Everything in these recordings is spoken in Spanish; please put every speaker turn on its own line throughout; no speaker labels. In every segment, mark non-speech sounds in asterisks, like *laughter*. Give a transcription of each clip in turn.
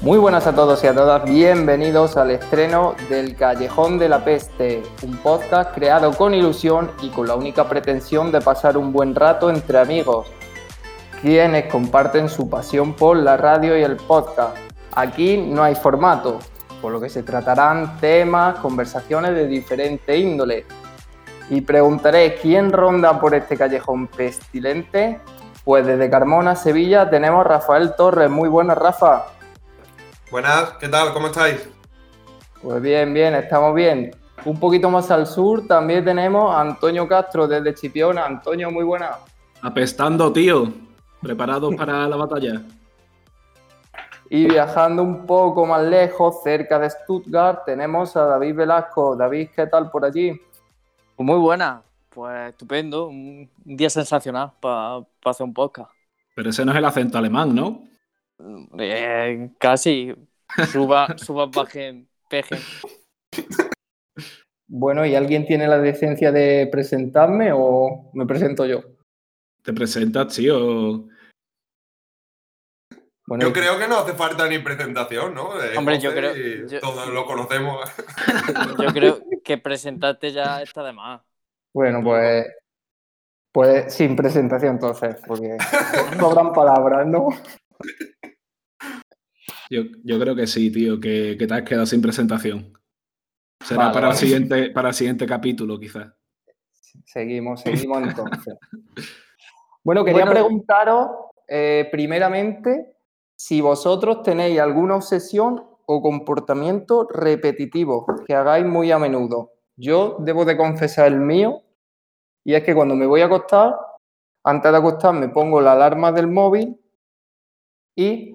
Muy buenas a todos y a todas, bienvenidos al estreno del Callejón de la Peste, un podcast creado con ilusión y con la única pretensión de pasar un buen rato entre amigos, quienes comparten su pasión por la radio y el podcast. Aquí no hay formato, por lo que se tratarán temas, conversaciones de diferente índole. Y preguntaréis, ¿quién ronda por este callejón pestilente? Pues desde Carmona, Sevilla, tenemos a Rafael Torres. Muy buenas, Rafa.
Buenas, ¿qué tal? ¿Cómo estáis?
Pues bien, bien, estamos bien. Un poquito más al sur también tenemos a Antonio Castro desde Chipiona. Antonio, muy buena.
Apestando, tío. ¿Preparados para la batalla?
Y viajando un poco más lejos, cerca de Stuttgart, tenemos a David Velasco. David, ¿qué tal por allí?
Pues muy buena, pues estupendo, un un día sensacional para hacer un podcast.
Pero ese no es el acento alemán, ¿no?
Eh, casi,
*laughs*
suba, suba, bajen, pejen.
Bueno, ¿y alguien tiene la decencia de presentarme o me presento yo?
Te presentas, tío.
Bueno,
Yo creo que no hace falta ni presentación, ¿no? Eh,
Hombre, yo
José,
creo-
y
yo-
Todos lo conocemos. *laughs*
Yo creo que presentarte ya está de más.
bueno, pues, pues sin presentación entonces,
*laughs*
porque sobran palabras, ¿no?
Yo, yo creo que sí, tío, que, que te has quedado sin presentación. Será
Vale,
para,
vale.
El siguiente, para el siguiente capítulo, quizás.
Seguimos, seguimos entonces. Bueno, quería preguntaros eh, primeramente si vosotros tenéis alguna obsesión o comportamiento repetitivo que hagáis muy a menudo. Yo debo de confesar el mío y es que cuando me voy a acostar, antes de acostarme pongo la alarma del móvil y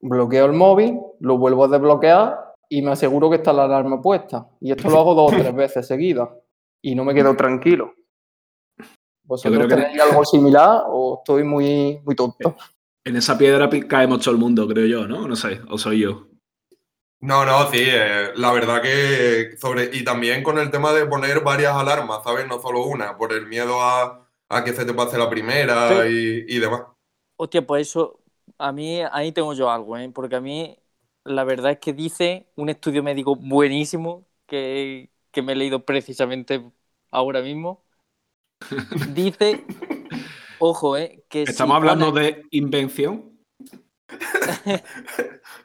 bloqueo el móvil, lo vuelvo a desbloquear y me aseguro que está la alarma puesta. Y esto lo hago dos o tres veces seguidas y no me quedo tranquilo. ¿Vosotros
Yo creo que-
tenéis algo similar o estoy muy, muy tonto?
En esa piedra pi- caemos todo el mundo, creo yo, ¿no? No sé, o soy yo.
No, no, sí, eh, la verdad que sobre... Y también con el tema de poner varias alarmas, ¿sabes? No solo una, por el miedo a, a que se te pase la primera y, y demás.
Hostia, pues eso, a mí, ahí tengo yo algo, ¿eh? Porque a mí, la verdad es que dice un estudio médico buenísimo que, que me he leído precisamente ahora mismo.
*laughs*
Dice, ojo, ¿eh? Que si
Estamos hablando
pones-
de invención.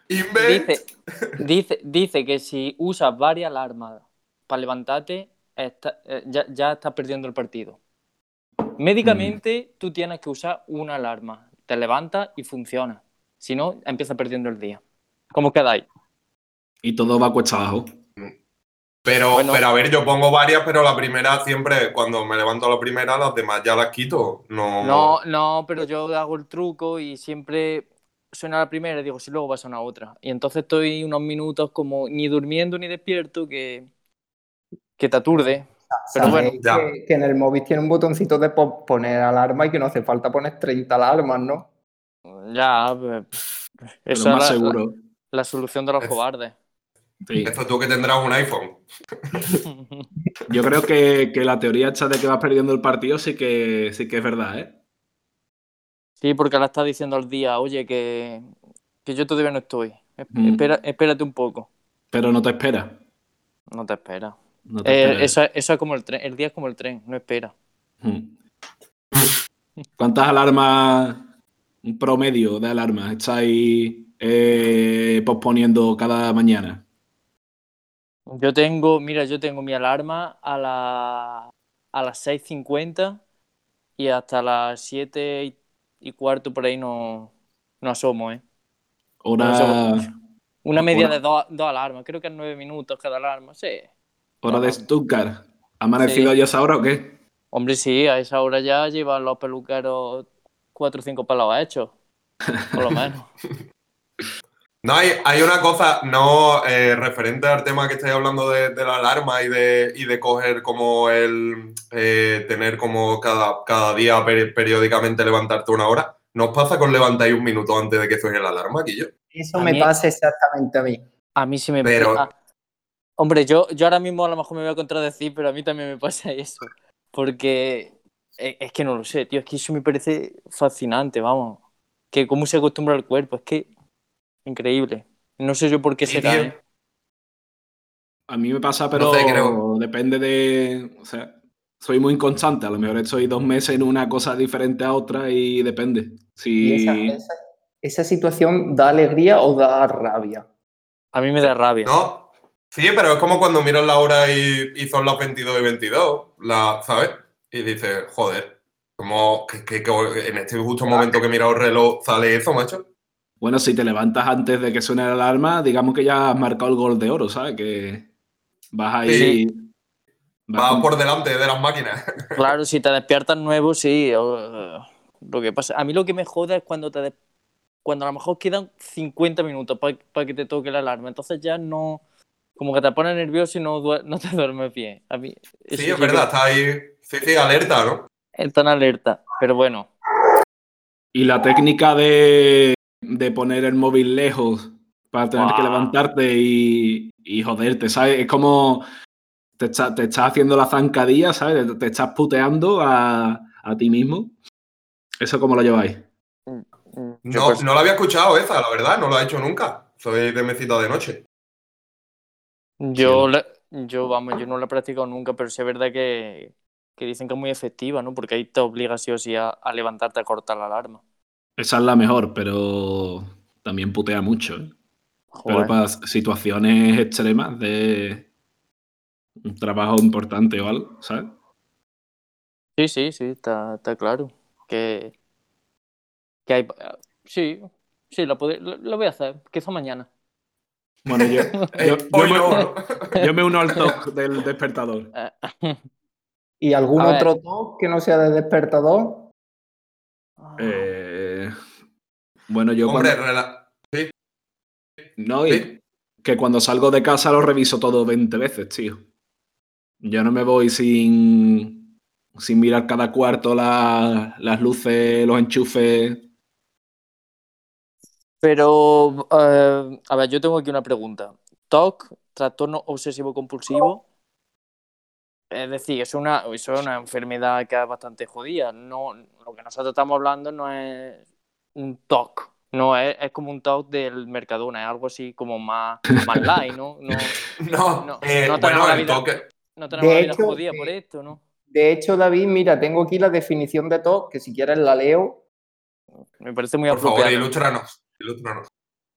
Inve-
Dice,
*laughs*
dice, dice que si usas varias alarmas para levantarte, está- eh, ya, ya estás perdiendo el partido. Médicamente,
Mm.
tú tienes que usar una alarma. Te levantas y funciona. Si no, empiezas perdiendo el día. ¿Cómo quedáis?
Y todo va cuesta abajo.
Pero,
Bueno.
pero a ver, yo pongo varias, pero la primera siempre, cuando me levanto la primera, las demás ya las quito.
Oh.
No,
No, no, pero yo hago el truco y siempre suena la primera y digo, si luego va a sonar otra. Y entonces estoy unos minutos como ni durmiendo ni despierto que, que te aturde. Pero bueno,
Sabéis
ya.
que, que en el móvil tiene un botoncito de po- poner alarma y que no hace falta poner 30 alarmas, ¿no?
Ya, pe-
Pero
esa
más
es la- la,
seguro.
la solución de los
Es-
cobardes. *laughs*
Sí.
Esto tú que tendrás un iPhone.
Yo creo que, que la teoría esta de que vas perdiendo el partido sí que, sí que es verdad, ¿eh?
Sí, porque la está diciendo al día, oye, que, que yo todavía no estoy. Es-
Mm.
espera- espérate un poco.
Pero no te espera.
No te espera.
No te
Eh,
espera.
eso, es- eso es como el tren. El día es como el tren, no espera.
Mm. ¿Cuántas alarmas, un promedio de alarmas, estáis eh, posponiendo cada mañana?
Yo tengo, mira, yo tengo mi alarma a, la, a las 6.50 y hasta las 7 y- y cuarto por ahí no, no asomo, ¿eh?
Hora,
Una media
Una-
de dos dos alarmas, creo que es nueve minutos cada alarma, sí.
hora de Stuttgart. ¿Ha amanecido
Sí.
ya esa hora o qué?
Hombre, sí, a esa hora ya llevan los peluqueros cuatro o cinco palos hechos. Por lo menos.
No, hay, hay una cosa, no, eh, referente al tema que estáis hablando de, de la alarma y de, y de coger como el, eh, tener como cada, cada día per- periódicamente levantarte una hora. ¿Nos pasa con levantáis un minuto antes de que suene la alarma, Guillo?
Eso
A
me
mí-
pasa exactamente a mí.
A mí sí me
Pero-
pasa. Hombre, yo, yo ahora mismo a lo mejor me voy a contradecir, pero a mí también me pasa *laughs* eso. Porque es, es que no lo sé, tío. Es que eso me parece fascinante, vamos. Que cómo se acostumbra el cuerpo. Es que Increíble. No sé yo por qué
Sí,
será.
tío.
¿eh?
A mí me pasa, pero
sé, creo.
depende de. O sea, soy muy inconstante. A lo mejor estoy dos meses en una cosa diferente a otra y depende.
Y
Si.
esa, esa- esa situación da alegría o da rabia.
A mí me da rabia.
¿No? Sí, pero es como cuando miras la hora y, y son las 22 y 22, la, ¿sabes? Y dices, joder, como que, que- que en este justo momento que mira el reloj sale eso, macho.
Bueno, si te levantas antes de que suene la alarma, digamos que ya has marcado el gol de oro, ¿sabes? Que vas ahí.
Sí.
vas
Va
con-
por delante de las máquinas.
Claro, si te despiertas nuevo, sí. o- lo que pasa. A mí lo que me joda es cuando te des- cuando a lo mejor quedan 50 minutos para que te toque la alarma. Entonces ya no. Como que te pones nervioso y no, due- *laughs* no te duermes bien. A mí, eso
Sí,
yo
es verdad,
creo-
está ahí. Sí, sí, alerta, ¿no?
Están alerta. Pero bueno.
Y la técnica de, de poner el móvil lejos para tener que
Guau.
levantarte y, y joderte, ¿sabes? Es como te, está- te estás haciendo la zancadilla, ¿sabes? Te, te estás puteando a, a ti mismo. ¿Eso cómo lo lleváis?
mm, yo
No,
pues,
pers-
no la había escuchado esa, la verdad, no la he hecho nunca. Soy de mesita de noche.
Yo, la- yo, vamos, yo no la he practicado nunca, pero sí es verdad que, que dicen que es muy efectiva, ¿no? Porque ahí te obliga sí o sí a, a levantarte a cortar la alarma.
Esa es la mejor, pero también putea mucho. ¿eh? Pero
Joder.
para situaciones extremas de un trabajo importante o algo, ¿sabes?
Sí, sí, sí, está, está claro. Que, que hay... ah, Sí, sí, lo, pod- lo, lo voy a hacer, quizá mañana.
*laughs*
Bueno, yo,
Eh,
yo- yo
hoy
me,
no, *laughs* ¿no?
yo me uno al toque del despertador.
¿Y algún
A ver.
otro toque que no sea de despertador?
Ah.
Eh, bueno, yo
Hombre,
cuando,
rela-
no, y
sí.
que cuando salgo de casa lo reviso todo 20 veces, tío. Yo no me voy sin, sin mirar cada cuarto la- las luces, los enchufes.
Pero, eh, a ver, yo tengo aquí una pregunta. TOC, trastorno obsesivo compulsivo. Es decir, es una, eso es una enfermedad que es bastante jodida. No, lo que nosotros estamos hablando no es un TOC. No, es, es como un TOC del Mercadona, es algo así como más, más light, ¿no? No,
*laughs* No,
No,
eh,
no tenemos
bueno,
la
el
vida.
toque.
no tenemos la
De
vida
hecho,
jodida
sí.
por esto, ¿no?
De hecho, David, mira, tengo aquí la definición de TOC, que si quieres la leo.
Me parece muy
Por favor,
apropiado.
ilústranos. ilústranos.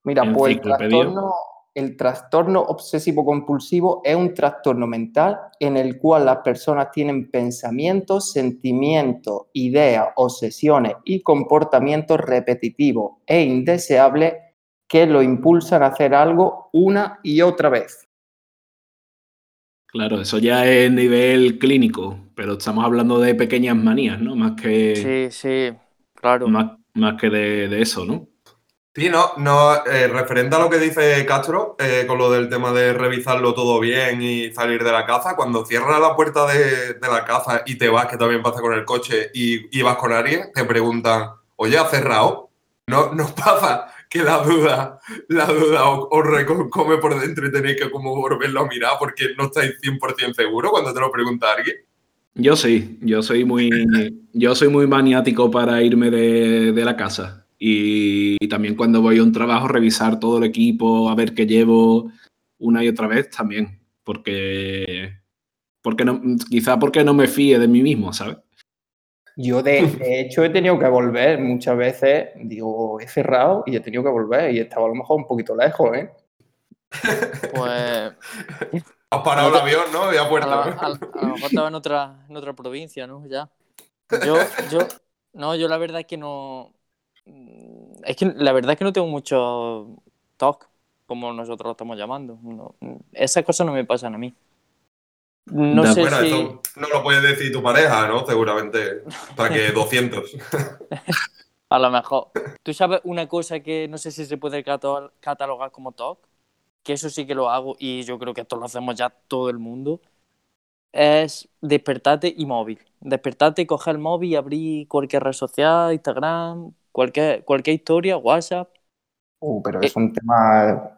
Mira, pues el
Enciclopedia.
trastorno, el trastorno obsesivo compulsivo es un trastorno mental en el cual las personas tienen pensamientos, sentimientos, ideas, obsesiones y comportamientos repetitivos e indeseables que lo impulsan a hacer algo una y otra vez.
Claro, eso ya es nivel clínico, pero estamos hablando de pequeñas manías, ¿no? Más que,
Sí, sí, claro.
más, más que de, de eso, ¿no?
Sí, no, no, eh, referente a lo que dice Castro, eh, con lo del tema de revisarlo todo bien y salir de la casa, cuando cierras la puerta de, de la casa y te vas, que también pasa con el coche, y, y vas con Aries, te preguntan, oye, ¿has cerrado? No, *laughs* nos pasa que la duda, la duda os, os reconcome por dentro y tenéis que como volverlo a mirar porque no estáis 100% seguro cuando te lo pregunta alguien.
Yo sí, yo soy muy, yo soy muy maniático para irme de, de la casa. Y, también cuando voy a un trabajo, revisar todo el equipo, a ver qué llevo una y otra vez también. Porque, porque no, quizá porque no me fíe de mí mismo, ¿sabes?
Yo, de, de hecho, he tenido que volver muchas veces, digo, he cerrado y he tenido que volver y estaba a lo mejor un poquito lejos, ¿eh?
Pues
Has parado el
No te-
avión, ¿no? Y has
A,
vuelto.
la-
¿no?
a la- a lo mejor estaba en otra, en otra provincia, ¿no? Ya. Yo, yo, no, yo la verdad es que no. mm, Es que la verdad es que no tengo mucho talk, como nosotros lo estamos llamando. No, mm, esas cosas no me pasan a mí. No
Da-
sé
Bueno,
si.
eso no lo puedes decir tu pareja, ¿no? Seguramente. Para que 200.
A lo mejor. ¿Tú sabes una cosa que no sé si se puede cata- catalogar como TOC? Que eso sí que lo hago y yo creo que esto lo hacemos ya todo el mundo. Es despertarte y móvil. Despertarte, coger el móvil y abrir cualquier red social, Instagram, cualquier, cualquier historia, WhatsApp.
Uh, pero
Eh.
es un tema...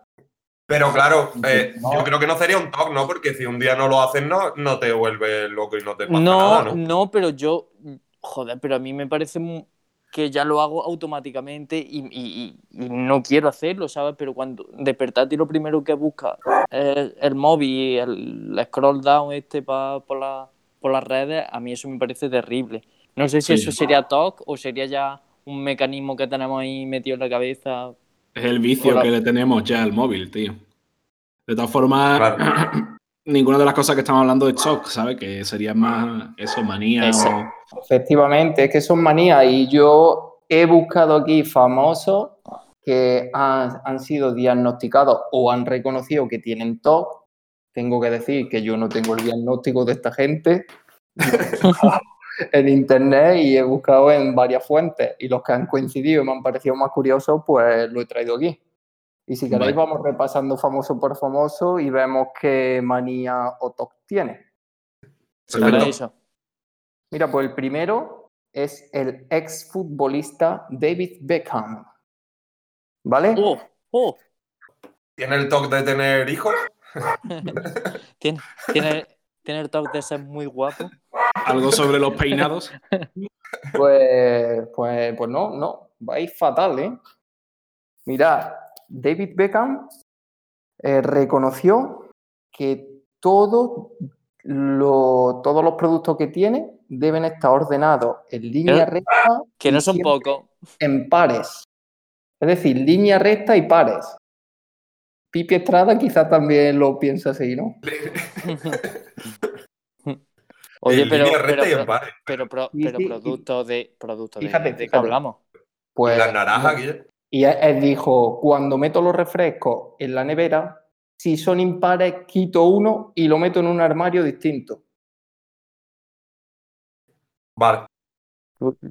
Pero claro, eh,
No.
yo creo que no sería un top, ¿no? Porque si un día no lo haces, no, no te vuelves loco y no te pasa
No,
nada,
no,
¿no?
pero yo. Joder, pero a mí me parece. mu- que ya lo hago automáticamente y, y- y- y no quiero hacerlo, ¿sabes? Pero cuando despertarte lo primero que busca es el móvil y el scroll down este pa- por, la- por las redes, a mí eso me parece terrible. No sé si
Sí.
eso sería TOC o sería ya un mecanismo que tenemos ahí metido en la cabeza.
Es el vicio
Hola.
que le tenemos ya al móvil, tío. De todas formas, *clears throat* ninguna de las cosas que estamos hablando es shock, ¿sabes? Que sería más eso, manía
Eso.
o...
Efectivamente, es que son manías y yo he buscado aquí famosos que han, han sido diagnosticados o han reconocido que tienen TOC. Tengo que decir que yo no tengo el diagnóstico de esta gente *laughs* en internet y he buscado en varias fuentes y los que han coincidido y me han parecido más curiosos, pues lo he traído aquí. Y si queréis
Vale.
vamos repasando famoso por famoso y vemos qué manía o TOC tiene.
Seguro.
¿Sabes eso?
Mira, pues el primero es el exfutbolista David Beckham. ¿Vale?
¡Oh! ¡Oh!
¿Tiene el toque de tener hijos?
Tiene, tiene, tiene el TOC de ser muy guapo.
Algo sobre los peinados.
Pues, pues, pues no, no, vais fatal, ¿eh? Mirad, David Beckham eh, reconoció que todo lo- todos los productos que tiene deben estar ordenados en línea
¿Eh?
recta
Que no son
Siempre.
pocos.
en pares. Es decir, línea recta y pares. Pipi Estrada quizás también lo piensa así, ¿no?
Oye, *laughs*
en
pero,
línea recta
pero,
y en
pero,
pares.
pero, pro-
Sí,
pero
sí, y-
productos de, productos de,
Fíjate,
¿de qué
fíjate.
hablamos?
Pues,
Las naranjas, ¿eh? Guille.
Y él- él dijo, cuando meto los refrescos en la nevera, si son impares, quito uno y lo meto en un armario distinto.
Vale.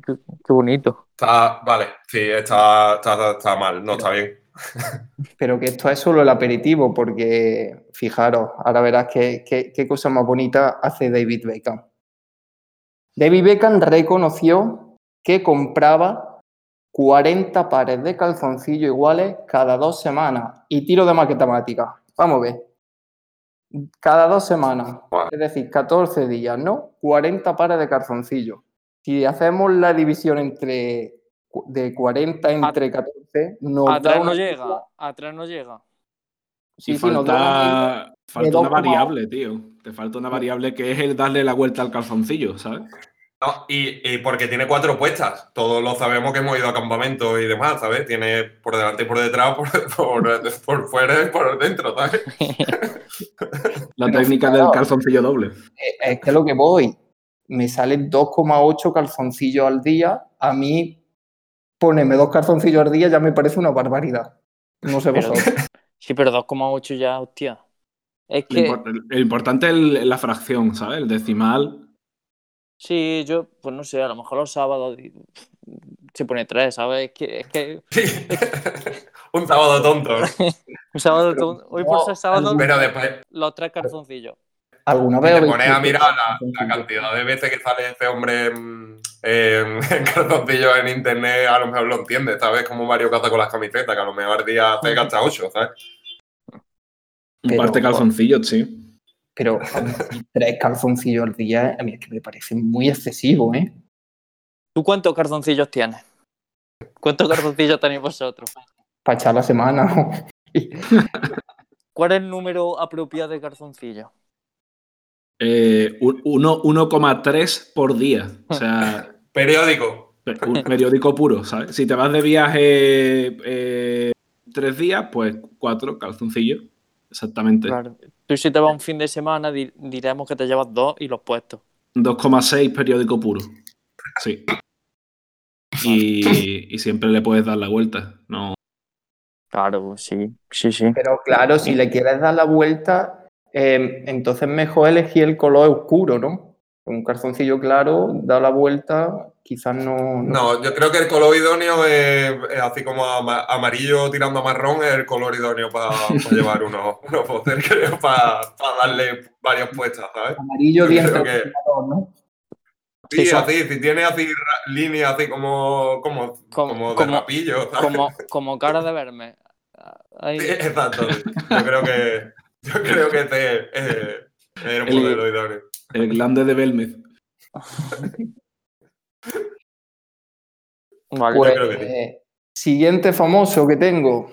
Qué, bonito.
Está, vale, sí, está, está, está mal, no está bien.
Pero que esto es solo el aperitivo, porque fijaros, ahora verás qué, qué- qué cosa más bonita hace David Beckham. David Beckham reconoció que compraba 40 pares de calzoncillo iguales cada dos semanas y tiro de matemáticas. Vamos a ver. Cada dos semanas,
Guau.
es decir, 14 días, ¿no? 40 pares de calzoncillo. Si hacemos la división entre cu- de 40 entre 14, nos da
Atrás
una
no llega, atrás no llega.
Sí,
y
sí, nos da una
falta, falta
2,8.
una variable, tío. Te falta una variable que es el darle la vuelta al calzoncillo, ¿sabes?
No, y, y porque tiene cuatro puestas. Todos lo sabemos que hemos ido a campamento y demás, ¿sabes? Tiene por delante y por detrás, por, *laughs* por, por fuera y por dentro, ¿sabes? *laughs*
La
Pero
técnica
fijaos.
del calzoncillo doble.
Eh, Es que lo que voy, me salen 2,8 calzoncillos al día. A mí, ponerme dos calzoncillos al día ya me parece una barbaridad. No sé
Pero-
*laughs* vosotros.
Sí, pero 2,8 ya, hostia. Es
Lo,
que,
impor- lo importante es el- la fracción, ¿sabes? El decimal.
sí, yo, pues no sé, a lo mejor los sábados di- se pone 3, ¿sabes? Es que, es que
Sí. Un sábado tonto.
un sábado,
Pero
todo- hoy por
no,
ser sábado,
Pero después,
los tres calzoncillos.
¿Alguna
Y
vez
te
habéis
pones a
visto
mirar la, la
calzoncillos?
cantidad de veces que sale este hombre en, en, *laughs* en calzoncillos en internet, a lo mejor lo entiendes, ¿sabes? Como Mario Caza con las camisetas, que a lo mejor al día te gasta 8, ¿sabes?
Un
Pero-
par de calzoncillos, sí.
Pero a mí, *laughs* tres calzoncillos al día, a mí es que me parece muy excesivo, ¿eh?
¿Tú cuántos calzoncillos tienes? ¿Cuántos calzoncillos tenéis vosotros?
Para echar la semana.
¿Cuál es el número apropiado de calzoncillos?
Eh, un- uno- 1,3 por día.
*laughs*
O sea,
Periódico.
un periódico puro, ¿sabes? Si te vas de viaje eh, tres días, pues cuatro calzoncillos. Exactamente.
Claro. Tú si te vas un fin de semana, di- diremos que te llevas dos y los puestos.
2,6 periódico puro. Sí. Y, y siempre le puedes dar la vuelta. No.
Claro, pues sí, sí, sí.
*laughs* Pero claro, si le quieres dar la vuelta, eh, entonces mejor elegir el color oscuro, ¿no? Un calzoncillo claro, da la vuelta, quizás no- no
No, yo creo que el color idóneo es, es así como ama- amarillo tirando a marrón, es el color idóneo para llevar unos unos póster, creo, para darle varias puestas, ¿sabes?
Amarillo
Yo
diente
creo que-
apretado, ¿no?
Sí,
Sí, son-
así, si tiene así ra- líneas así como, como,
Como-
como de
como-
rapillo, ¿sabes?
Como, como cara de verme. Ahí.
Sí, *laughs* exacto. sí. Yo creo que, yo creo que este es eh, el
El-
modelo idóneo.
El glande de Belmez.
Vale, pues, yo creo que sí. eh, siguiente famoso que tengo.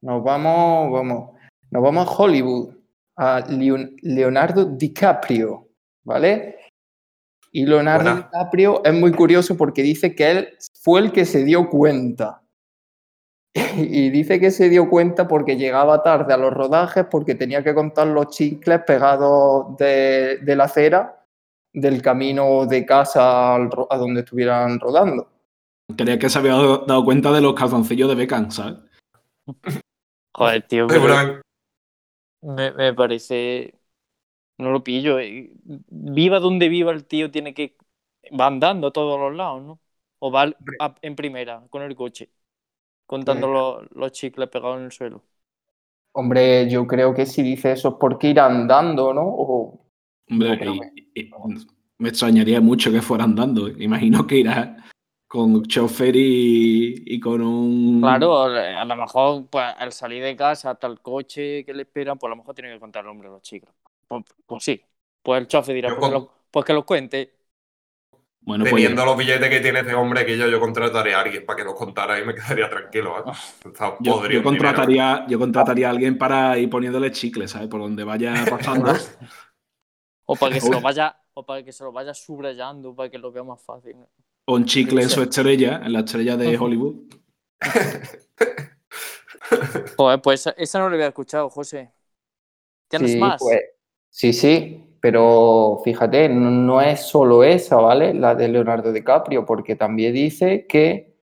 Nos vamos, vamos, nos vamos a Hollywood, a Leon, Leonardo DiCaprio, ¿vale? Y Leonardo Buena. DiCaprio es muy curioso porque dice que él fue el que se dio cuenta. *laughs* y dice que se dio cuenta porque llegaba tarde a los rodajes, porque tenía que contar los chicles pegados de, de la acera del camino de casa al, a donde estuvieran rodando.
Creía que se había dado cuenta de los calzoncillos de Beckham, ¿sabes?
Joder, tío. Pero... Me, me, parece. No lo pillo. Eh. Viva donde viva el tío, tiene que. Va andando a todos los lados, ¿no? O va a, en primera, con el coche, contando sí. los, los chicles pegados en el suelo.
Hombre, yo creo que si dice eso es porque ir andando, ¿no? O...
Hombre, no, y, y, me extrañaría mucho que fuera andando. Imagino que irá con chofer y, y, con un.
Claro, a lo mejor pues, al salir de casa hasta el coche que le esperan, pues a lo mejor tiene que contar el hombre los chicos. Pues, pues sí, pues el chofer dirá, pues, con... que los, pues, que los cuente.
Bueno,
pues,
Teniendo los billetes que tiene ese hombre, que yo, yo contrataría a alguien para que nos contara y me quedaría tranquilo. ¿eh? O sea,
Ah. yo, yo, contrataría, yo contrataría a alguien para ir poniéndole chicles, ¿sabes? Por donde vaya pasando.
O para que se lo vaya, o para que se lo vaya subrayando, para que lo vea más fácil.
O un chicle en su estrella, en la estrella de Hollywood.
pues, pues esa no la había escuchado, José. ¿Tienes
sí,
más?
Pues, sí, sí. Pero fíjate, no, no, es solo esa, ¿vale? La de Leonardo DiCaprio, porque también dice que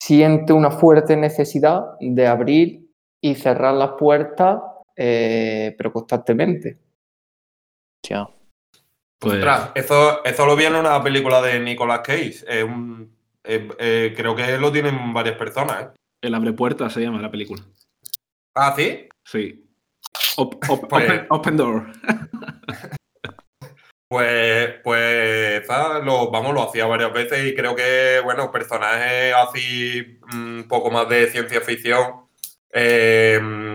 siente una fuerte necesidad de abrir y cerrar las puertas, eh, pero constantemente.
Chao.
Pues... Ostras, eso, eso, lo vi en una película de Nicolas Cage. Eh, un, eh, eh, creo que lo tienen varias personas. ¿eh?
El abre puertas se llama la película.
¿Ah, sí?
Sí. Op, op, *laughs* pues... open, open, door.
pues, pues lo, vamos, lo hacía varias veces y creo que, bueno, personajes así un poco más de ciencia ficción. eh,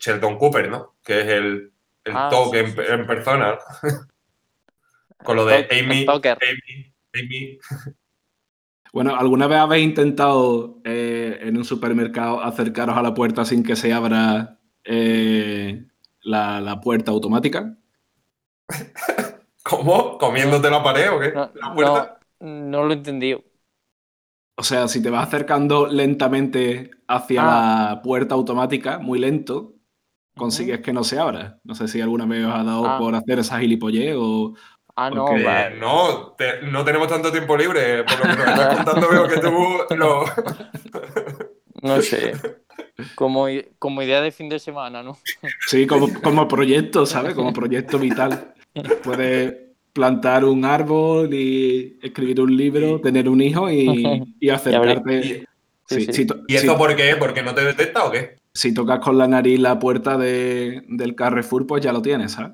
Sheldon Cooper, ¿no? Que es el, el ah, toque sí, sí, sí. En, en, persona. *laughs* Con lo de Amy, Eh, Amy, Amy.
Bueno, ¿alguna vez habéis intentado eh, en un supermercado acercaros a la puerta sin que se abra eh, la, la, puerta automática?
¿Cómo? ¿Comiéndote la pared o qué?
No,
¿La
puerta? No, no, lo he entendido.
O sea, si te vas acercando lentamente hacia ah. la puerta automática, muy lento, consigues que no se abra. No sé si alguna vez os ha dado ah. por hacer esa gilipollez o.
Ah, no,
porque... vale. Eh, No, te, no tenemos tanto tiempo libre. Por lo que nos *laughs* estás contando, veo que tú. No,
no sé. Como, como, idea de fin de semana, ¿no?
Sí, como, como proyecto, ¿sabes? Como proyecto vital. Puedes plantar un árbol y escribir un libro, tener un hijo y, y acercarte.
¿Y, sí, sí, sí. ¿Y esto por qué? ¿Porque no te detecta o qué?
si tocas con la nariz la puerta de, del Carrefour, pues ya lo tienes, ¿sabes?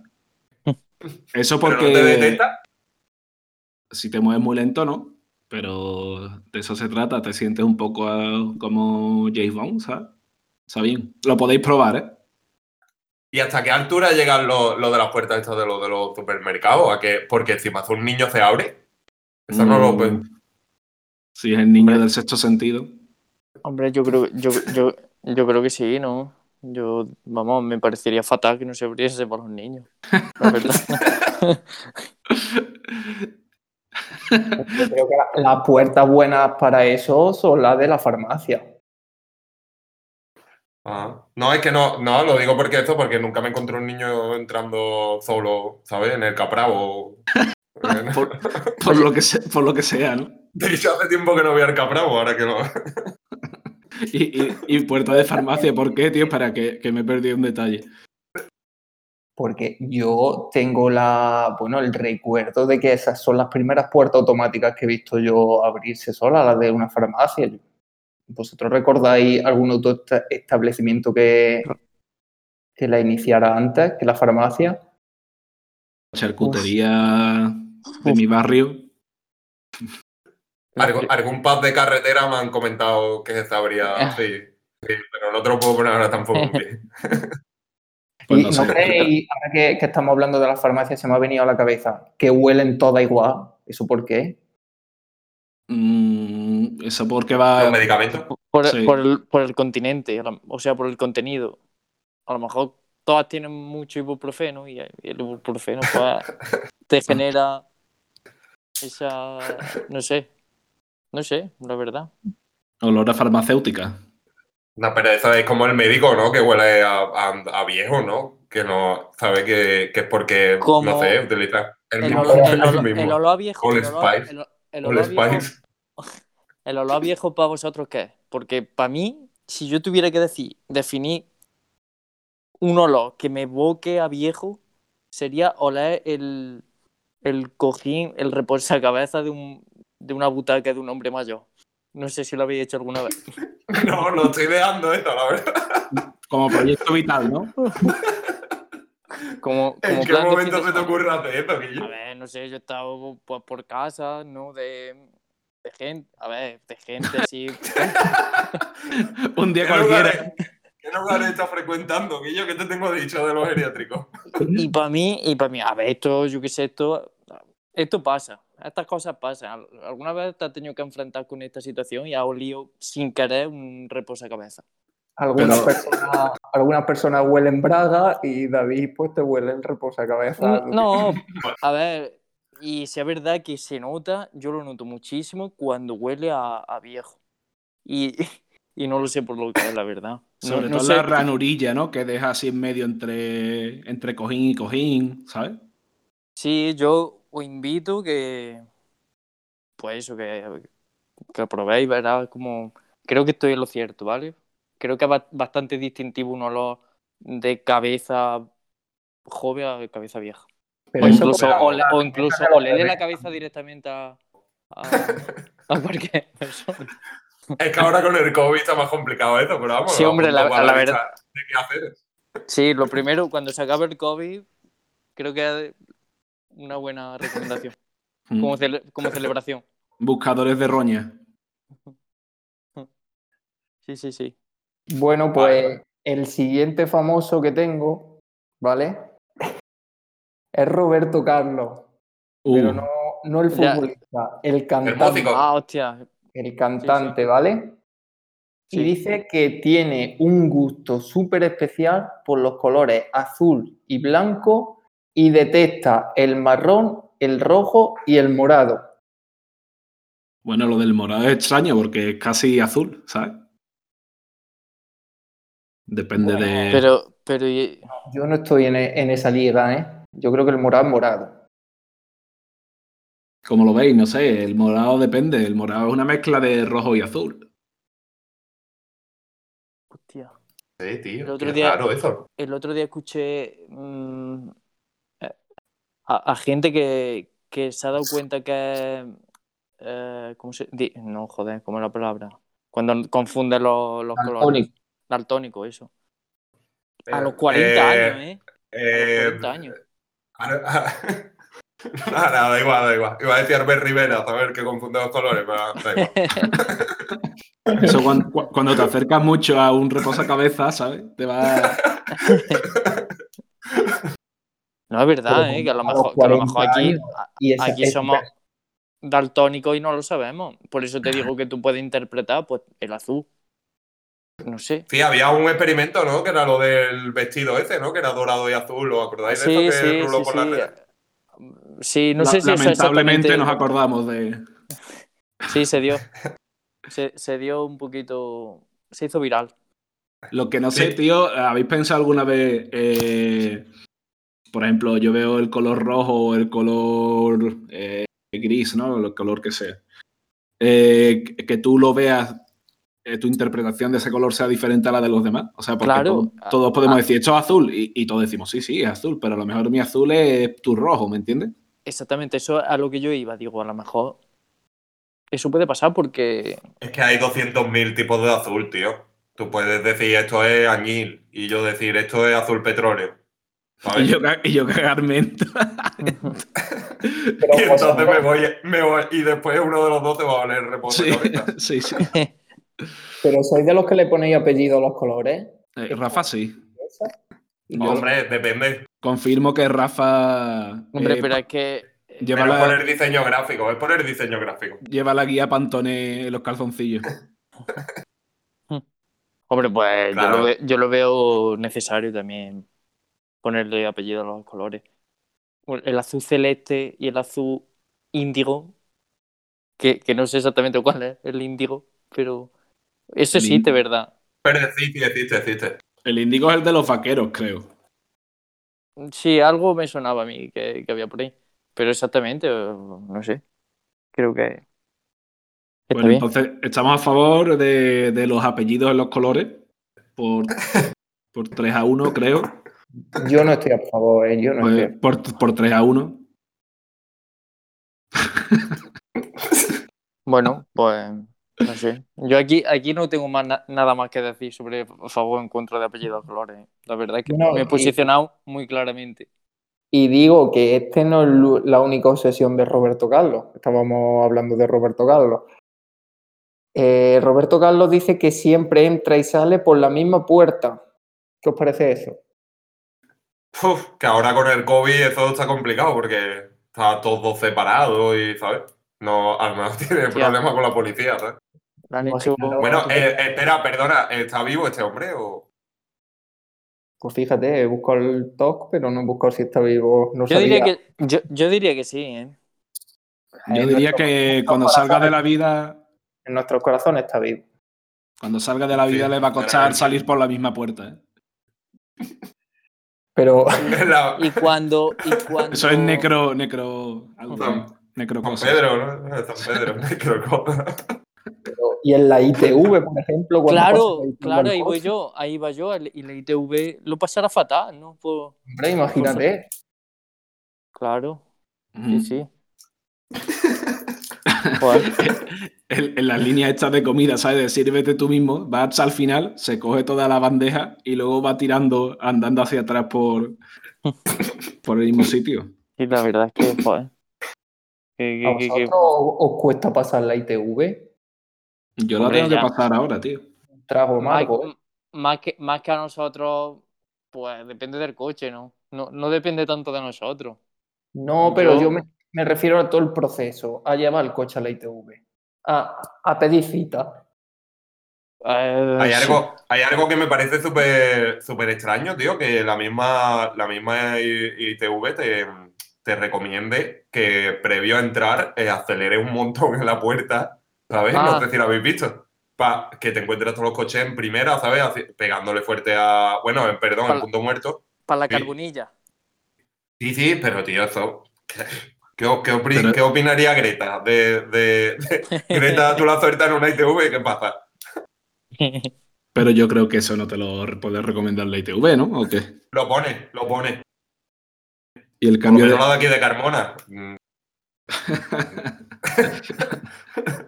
Eso porque.
¿Pero no te detecta?
Si te mueves muy lento, no. Pero de eso se trata. Te sientes un poco como James Bond, ¿sabes? Está bien. Lo podéis probar, ¿eh?
¿Y hasta qué altura llegan lo, lo de las puertas estas de los de los supermercados? ¿A que, porque encima si un niño se abre. Eso mm. no lo puede.
Si es el niño Hombre. del sexto sentido.
Hombre, yo creo. Yo, yo... Yo creo que sí, ¿no? Yo, vamos, me parecería fatal que no se abriese para los niños. La verdad.
creo que las la puertas buenas para eso son las de la farmacia.
Ah, no, es que no, no, lo digo porque esto, porque nunca me encontré un niño entrando solo, ¿sabes? En el capravo. Eh,
por, por, lo que sea, por lo que sea, ¿no?
*laughs* De hecho, hace tiempo que no voy al capravo, ahora que lo.
Y, y, y, puerta de farmacia, ¿por qué, tío? Para que, que, me perdí un detalle.
Porque yo tengo la, bueno, el recuerdo de que esas son las primeras puertas automáticas que he visto yo abrirse sola, las de una farmacia. ¿Vosotros recordáis algún otro establecimiento que, que la iniciara antes que la farmacia?
Charcutería Uf. de mi barrio.
Alg algún pub de carretera me han comentado que se sabría, sí, sí, pero no te lo puedo poner ahora tampoco.
pues no, sé. no creéis, ahora que, que, estamos hablando de las farmacias, se me ha venido a la cabeza que huelen todas igual. ¿Eso por qué?
Mm, eso porque va.
¿Los medicamentos?
Por,
Sí.
por el, por el continente, a la- o sea, por el contenido. A lo mejor todas tienen mucho ibuprofeno y y el ibuprofeno pues, te genera esa. No sé. No sé, la verdad.
Olor a farmacéutica.
Una pereza es como el médico, ¿no? Que huele a, a- a viejo, ¿no? Que no sabe que, que es porque,
Como
no sé, utiliza *laughs* el,
El
mismo.
olor, el olor-
mismo.
el olor a viejo.
All
El olor,
Spice.
el-
All
el olor a viejo
Spice.
*laughs* ¿El olor a viejo para vosotros qué es? Porque para mí, si yo tuviera que decir, definir un olor que me evoque a viejo, sería oler el, el cojín, el reposacabezas de, un, de una butaca de un hombre mayor. No sé si lo habéis hecho
*laughs*
alguna vez.
No, no estoy dejando eso, la verdad.
Como proyecto vital, ¿no?
Como,
¿En
como
qué
plan de
momento
fin de
se te
semana.
ocurre hacer esto, Guillo?
A ver, no sé, yo he estado pues, por casa, ¿no? De, de gente, a ver, de gente así.
Un
¿Qué *laughs*
día cualquiera.
lugares, ¿Qué lugares estás frecuentando, Guillo? ¿Qué te tengo dicho de los geriátricos?
Y para mí, y para mí, a ver, esto, yo qué sé, esto, esto pasa, estas cosas pasan. Al- ¿Alguna vez te has tenido que enfrentar con esta situación y has olido sin querer un reposacabezas?
Algunas,
Pero-
personas, algunas personas huelen braga y David pues te huele el reposacabezas.
No, a ver, y si es verdad que se nota, yo lo noto muchísimo cuando huele a, a viejo. Y, *laughs* y no lo sé por lo que es, la verdad. No-
Sobre
no
todo
sé.
la ranurilla, ¿no? Que deja así en medio entre, entre cojín y cojín, ¿sabes?
Sí, yo os invito que. Pues eso, que, que probéis, verás como. Creo que estoy en lo cierto, ¿vale? Creo que es ba- bastante distintivo un olor de cabeza joven a cabeza vieja.
Pero
o
eso
incluso,
porque-
ole- o incluso
cabeza de
olerle
bebé.
la cabeza directamente a.
*laughs*
a, a cualquier persona.
Es que ahora con el COVID está más complicado esto, pero vamos.
Sí, hombre,
apunto
la-
para
la verdad-
lista ¿De qué hacer?
Sí, lo primero, cuando se acabe el COVID, creo que es una buena recomendación
Mm.
como, cele- como celebración.
Buscadores de roña.
Sí, sí, sí.
Bueno, pues el siguiente famoso que tengo, ¿vale? Es Roberto Carlos,
Uh,
pero no, no el
Ya.
futbolista, el
El
cantante.
músico.
Ah, hostia.
el cantante, ¿vale? Y
Sí.
dice que tiene un gusto súper especial por los colores azul y blanco y detesta el marrón, el rojo y el morado.
Bueno, lo del morado es extraño porque es casi azul, ¿sabes? Depende de.
Pero, pero, y-
Yo no estoy en, e- en esa liga, ¿eh? Yo creo que el morado es morado.
Como lo veis, no sé, el morado depende. El morado es una mezcla de rojo y azul.
hostia,
Sí, tío.
El otro
qué
día-
raro eso.
el otro día escuché mm, eh, a, a gente que, que se ha dado cuenta que. eh, ¿Cómo se di- No, joder, ¿cómo es la palabra? Cuando confunde los, los colores.
Daltónico.
Daltónico, eso. A
Pero,
los 40
eh,
años, ¿eh?
eh,
A los 40 años.
ahora- *laughs* ahora- No, no, da igual, da igual. Iba a decir Albert Rivera, a ver que confunde los colores, pero da igual.
Eso
*laughs*
cuan- cu- cuando, te acercas mucho a un reposacabezas, ¿sabes? Te va.
No es verdad,
Pero
¿eh? Que a lo
a los
mejor, que a lo
40
mejor aquí,
años. Y ese-
aquí
ese-
somos daltónicos y no lo sabemos. Por eso te digo que tú puedes interpretar pues, el azul. No sé.
Sí, había un experimento, ¿no? Que era lo del vestido ese, ¿no? Que era dorado y azul, ¿os acordáis de
Sí,
eso que
sí,
ruló
sí,
por
sí.
las redes?
Sí, no
La-
sé si eso
lamentablemente
exactamente-
nos acordamos de.
Sí,
*laughs*
se dio. Se, se dio un poquito. Se hizo viral.
Lo que no
Sí.
sé, tío, ¿habéis pensado alguna vez? eh, por ejemplo, yo veo el color rojo o el color eh, gris, ¿no? El color que sea. Eh, que- que tú lo veas, eh, tu interpretación de ese color sea diferente a la de los demás. O sea, porque
Claro.
todos, todos podemos
Ah.
decir, esto es azul, y, y todos decimos, sí, sí, es azul, pero a lo mejor mi azul es tu rojo, ¿me entiendes?
Exactamente, eso es a lo que yo iba. Digo, a lo mejor. Eso puede pasar porque.
Es que hay 200.000 tipos de azul, tío. Tú puedes decir esto es añil y yo decir esto es azul petróleo.
Y
¿Sabes?
yo, ca- y yo cagarme en-
*laughs* pero
Y
vosotros-
*laughs* entonces me voy, me voy- y después uno de los dos te va a valer reposo.
Sí,
*laughs*
cabeza.
sí, sí.
Pero sois de los que le ponéis apellido a los colores.
*laughs* Eh, Rafa sí.
¿Eso?
Yo
Hombre, depende.
confirmo que Rafa.
Hombre,
eh,
pero es que.
Lleva
la-
es por el diseño gráfico, es por el diseño gráfico.
Lleva la guía Pantone en los calzoncillos.
Hombre, pues yo
Claro.
lo ve- yo, lo veo necesario también ponerle apellido a los colores. Bueno, El azul celeste y el azul índigo, que, que no sé exactamente cuál es el índigo, pero eso
El
existe,
índigo.
¿verdad?
Pero existe, existe, existe.
El índigo es el de los vaqueros, creo.
Sí, algo me sonaba a mí que, que había por ahí, pero exactamente, eh, no sé. Creo que que está
Bueno,
bien.
entonces estamos a favor de, de los apellidos en los colores por, por 3 a 1, creo.
Yo no estoy a favor, eh, yo no
Pues,
estoy.
por, por 3 a 1.
Bueno, pues no sé. Yo aquí, aquí no tengo más na- nada más que decir sobre a favor o en contra de apellidos colores. La verdad es que
No,
me he
y-
posicionado muy claramente.
Y digo que este no es lu- la única obsesión de Roberto Carlos. Estábamos hablando de Roberto Carlos. Eh, Roberto Carlos dice que siempre entra y sale por la misma puerta. ¿Qué os parece eso?
Uf, que ahora con el COVID eso está complicado porque está todo separado y, ¿sabes? No, además *laughs* tiene
Hostia.
problemas con la policía, ¿sabes?
La han
Imagínalo.
hecho-
Bueno, eh, espera, perdona, ¿está vivo este hombre o...? *laughs*
Pues fíjate, he buscado el TOC, pero no he buscado si está vivo. No
Yo diría
sabía.
que, yo, yo diría que sí, ¿eh?
Yo
En
diría
nuestro-
que cuando
para
salga de
saber.
la vida,
En nuestros corazones está vivo.
cuando salga de la vida
Sí,
le va a costar
claramente.
salir por la misma puerta. ¿eh?
Pero *laughs*
La-
Y cuando, y cuando,
Eso es necro, necro, algo,
San-
necro
San
cosa.
Pedro, ¿no? San Pedro, *laughs* necrocoda.
y en la ITV, por ejemplo. cuando
Claro,
pasa el-
claro, ahí
el
voy
coche,
yo, ahí va yo, el- y la ITV lo pasará fatal, ¿no? Pues,
Hombre, imagínate.
claro,
Ujú.
sí, sí. Pues,
En, en las líneas estas de comida, ¿sabes? De sírvete tú mismo, vas al final, se coge toda la bandeja y luego va tirando, andando hacia atrás por, *laughs* por el mismo sitio.
sí, la verdad es que, joder. Que-
¿A
que- que- que-
vosotros os os cuesta pasar la ITV?
Yo la
Hombre,
tengo
ya.
que pasar ahora, tío.
Un Trago
Más,
amargo. ¿eh?
más que, más que a nosotros, pues depende del coche, ¿no? No, no depende tanto de nosotros.
No, pero
yo-
yo, me, me refiero a todo el proceso, a llevar el coche a la ITV, a, a pedir cita.
Eh,
Hay
sí.
algo, hay algo que me parece súper súper extraño, tío, que la misma, la misma I- ITV te, te recomiende que previo a entrar eh, acelere un montón en la puerta, ¿sabes?
Ah.
No sé si lo habéis visto. Para que te encuentres todos los coches en primera, ¿sabes? Así- pegándole fuerte a. Bueno, en- perdón,
Para-
en punto muerto.
Para la
Sí.
carbonilla.
Sí, sí, pero tío, eso. ¿Qué, qué, qué opri-
Pero-
qué opinaría Greta? De, de- de- Greta, tú la sueltas en una ITV, ¿qué pasa?
Pero yo creo que eso no te lo re- puede recomendar la ITV, ¿no? ¿O qué?
Lo pone, lo pone.
Y el
Por lo
cambio de...
menos la de aquí de Carmona. Mm,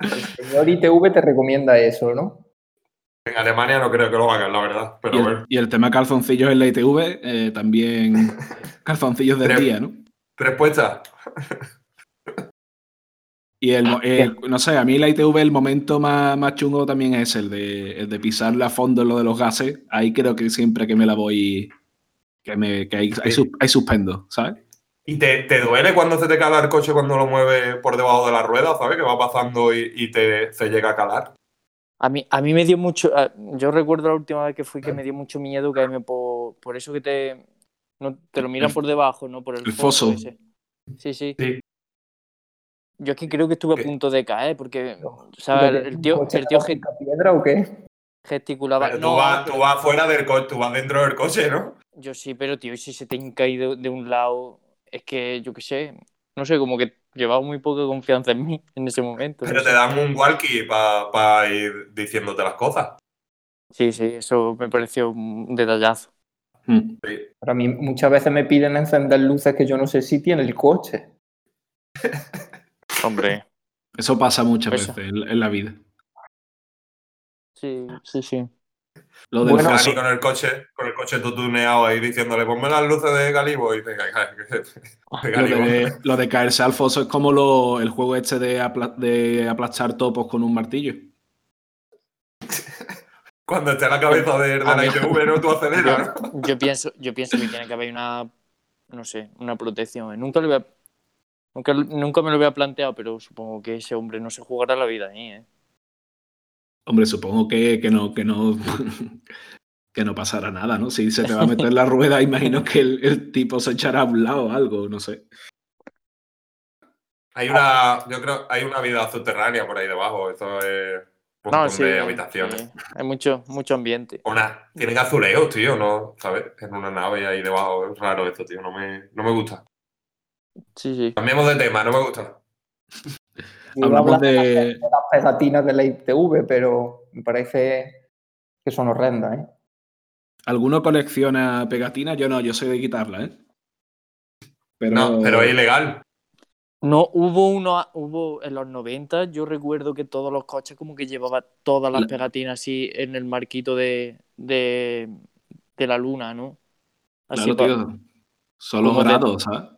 El señor ITV te recomienda eso, ¿no?
En Alemania no creo que lo hagan, la verdad.
Y
Pero
el,
bueno,
y el tema calzoncillos en la ITV, eh,
*laughs*
también calzoncillos del
Pero-
día, ¿no?
tres puestas.
Y el, mo- el- no sé, a mí la ITV el momento más, más chungo también es el de, el de pisarle a fondo en lo de los gases. Ahí creo que siempre que me la voy, que, me, que ahí, ahí sus- ahí suspendo, ¿sabes?
Y te, te duele cuando se te cala el coche cuando lo mueves por debajo de la rueda, ¿sabes? Que va pasando y, y te se llega a calar.
A mí, a mí me dio mucho. a- Yo recuerdo la última vez que fui que me dio mucho miedo caerme por, por eso que te, no, te lo miran
El-
por debajo, ¿no? Por el,
el foso.
ese. Sí, sí.
Sí.
Yo es que creo que estuve a
Eh.
punto de caer, porque, o sea,
¿Pero
el,
que
el
un
tío,
coche
el tío
era
ge-
piedra o qué?
gesticulaba.
Pero
Ah, No,
tú, vas,
pero-
tú vas fuera del coche, tú vas dentro del coche, ¿no?
Yo sí, pero tío, y si se te han caído de un lado, es que yo qué sé, no sé, como que llevaba muy poca confianza en mí en ese momento. no
Pero te
sé.
dan un walkie para ir diciéndote las cosas.
Sí, sí, eso me pareció un detallazo.
Mm.
Sí.
Pero a mí muchas veces me piden encender luces que yo no sé si tiene el coche.
Hombre.
Eso pasa muchas
Eso.
veces en, en la vida.
*laughs* Sí, sí, sí.
Lo del
Bueno,
foso-
Dani con el coche, con el coche todo tuneado ahí diciéndole, ponme las luces *laughs* de Galibo y te de
lo
Galibo.
de, lo de caerse al foso es como lo- el juego este de, apla- de aplastar topos con un martillo.
Cuando esté la cabeza de, de la
A mí-
ITV, ¿no? Tú
Yo,
aceleras, ¿no?
yo pienso, yo pienso que tiene que haber una, no sé, una protección. Nunca le voy a, Aunque nunca me lo había planteado, pero supongo que ese hombre no se jugará la vida ahí, ¿eh?
Hombre, supongo que, que no, que no, *laughs* que no pasará nada, ¿no? Si se te va a meter la rueda, *laughs* imagino que el, el tipo se echará a un lado o algo, no sé.
Hay una, yo creo, hay una vida subterránea por ahí debajo. Eso es un montón
sí,
de Pues habitaciones.
sí. Hay mucho, mucho ambiente.
Una, tienen azulejos, tío, ¿no? ¿Sabes? En una nave ahí debajo. Es raro esto, tío. No me, no me gusta.
Sí, sí.
Cambiemos de tema, no me gusta.
Yo
Hablamos
hablo
de-
las pegatinas de la ITV, pero me parece que son horrendas, ¿eh?
¿Alguno colecciona pegatinas? Yo no, yo soy de quitarla, ¿eh? Pero,
No, pero es ilegal.
No, hubo uno, hubo en los 90, yo recuerdo que todos los coches como que llevaba todas las
La-
pegatinas así en el marquito de, de, de la luna, ¿no? Así
claro,
pa-
tío, solo
como de-
grados, ¿sabes?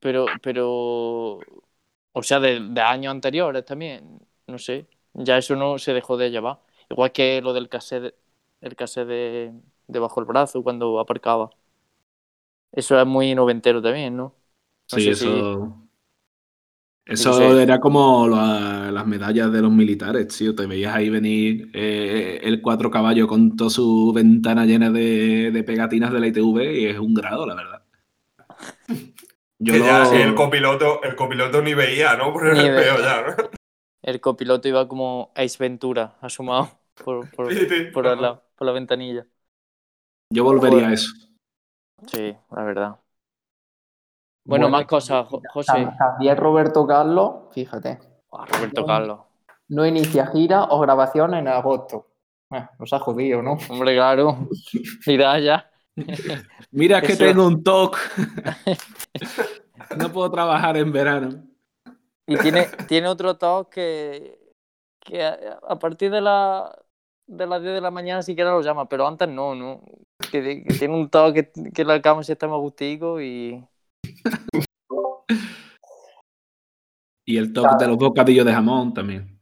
Pero, pero, o sea, de, de años anteriores también, no sé, ya eso no se dejó de llevar. Igual que lo del cassette, el cassette de, de bajo el brazo cuando aparcaba. Eso es muy noventero también, ¿no? No
Sí,
sé si-
eso.
no
Eso
sé.
era como la- las medallas de los militares, tío. Te veías ahí venir eh, el cuatro caballo con toda su ventana llena de, de pegatinas de la ITV y es un grado,
*laughs*
la verdad. Yo
que ya
lo-
si el copiloto, el copiloto ni veía, ¿no? Por el
Ni veía.
espejo ya, ¿no?
El copiloto iba como Ace Ventura, asomado por, por,
Sí, sí.
por la, por la ventanilla.
yo volvería
Joder.
a eso.
Sí, la verdad. Bueno, más cosas, Jo- José.
Tan- También Roberto Carlos, fíjate,
Ah, Roberto Carlos.
no inicia gira o grabación en agosto. Bueno, nos ha jodido, ¿no?
Hombre, claro. *laughs* Dirá ya.
Mira, es que
Eso-
tengo un TOC. no puedo trabajar en verano.
Y tiene, tiene otro toque que, que a, a partir de, la, de las 10 de la mañana siquiera lo llama, pero antes no, ¿no? Que, de- que tiene un toque que, que la cama si está más gustico y...
Y el TOC de los bocadillos de jamón también.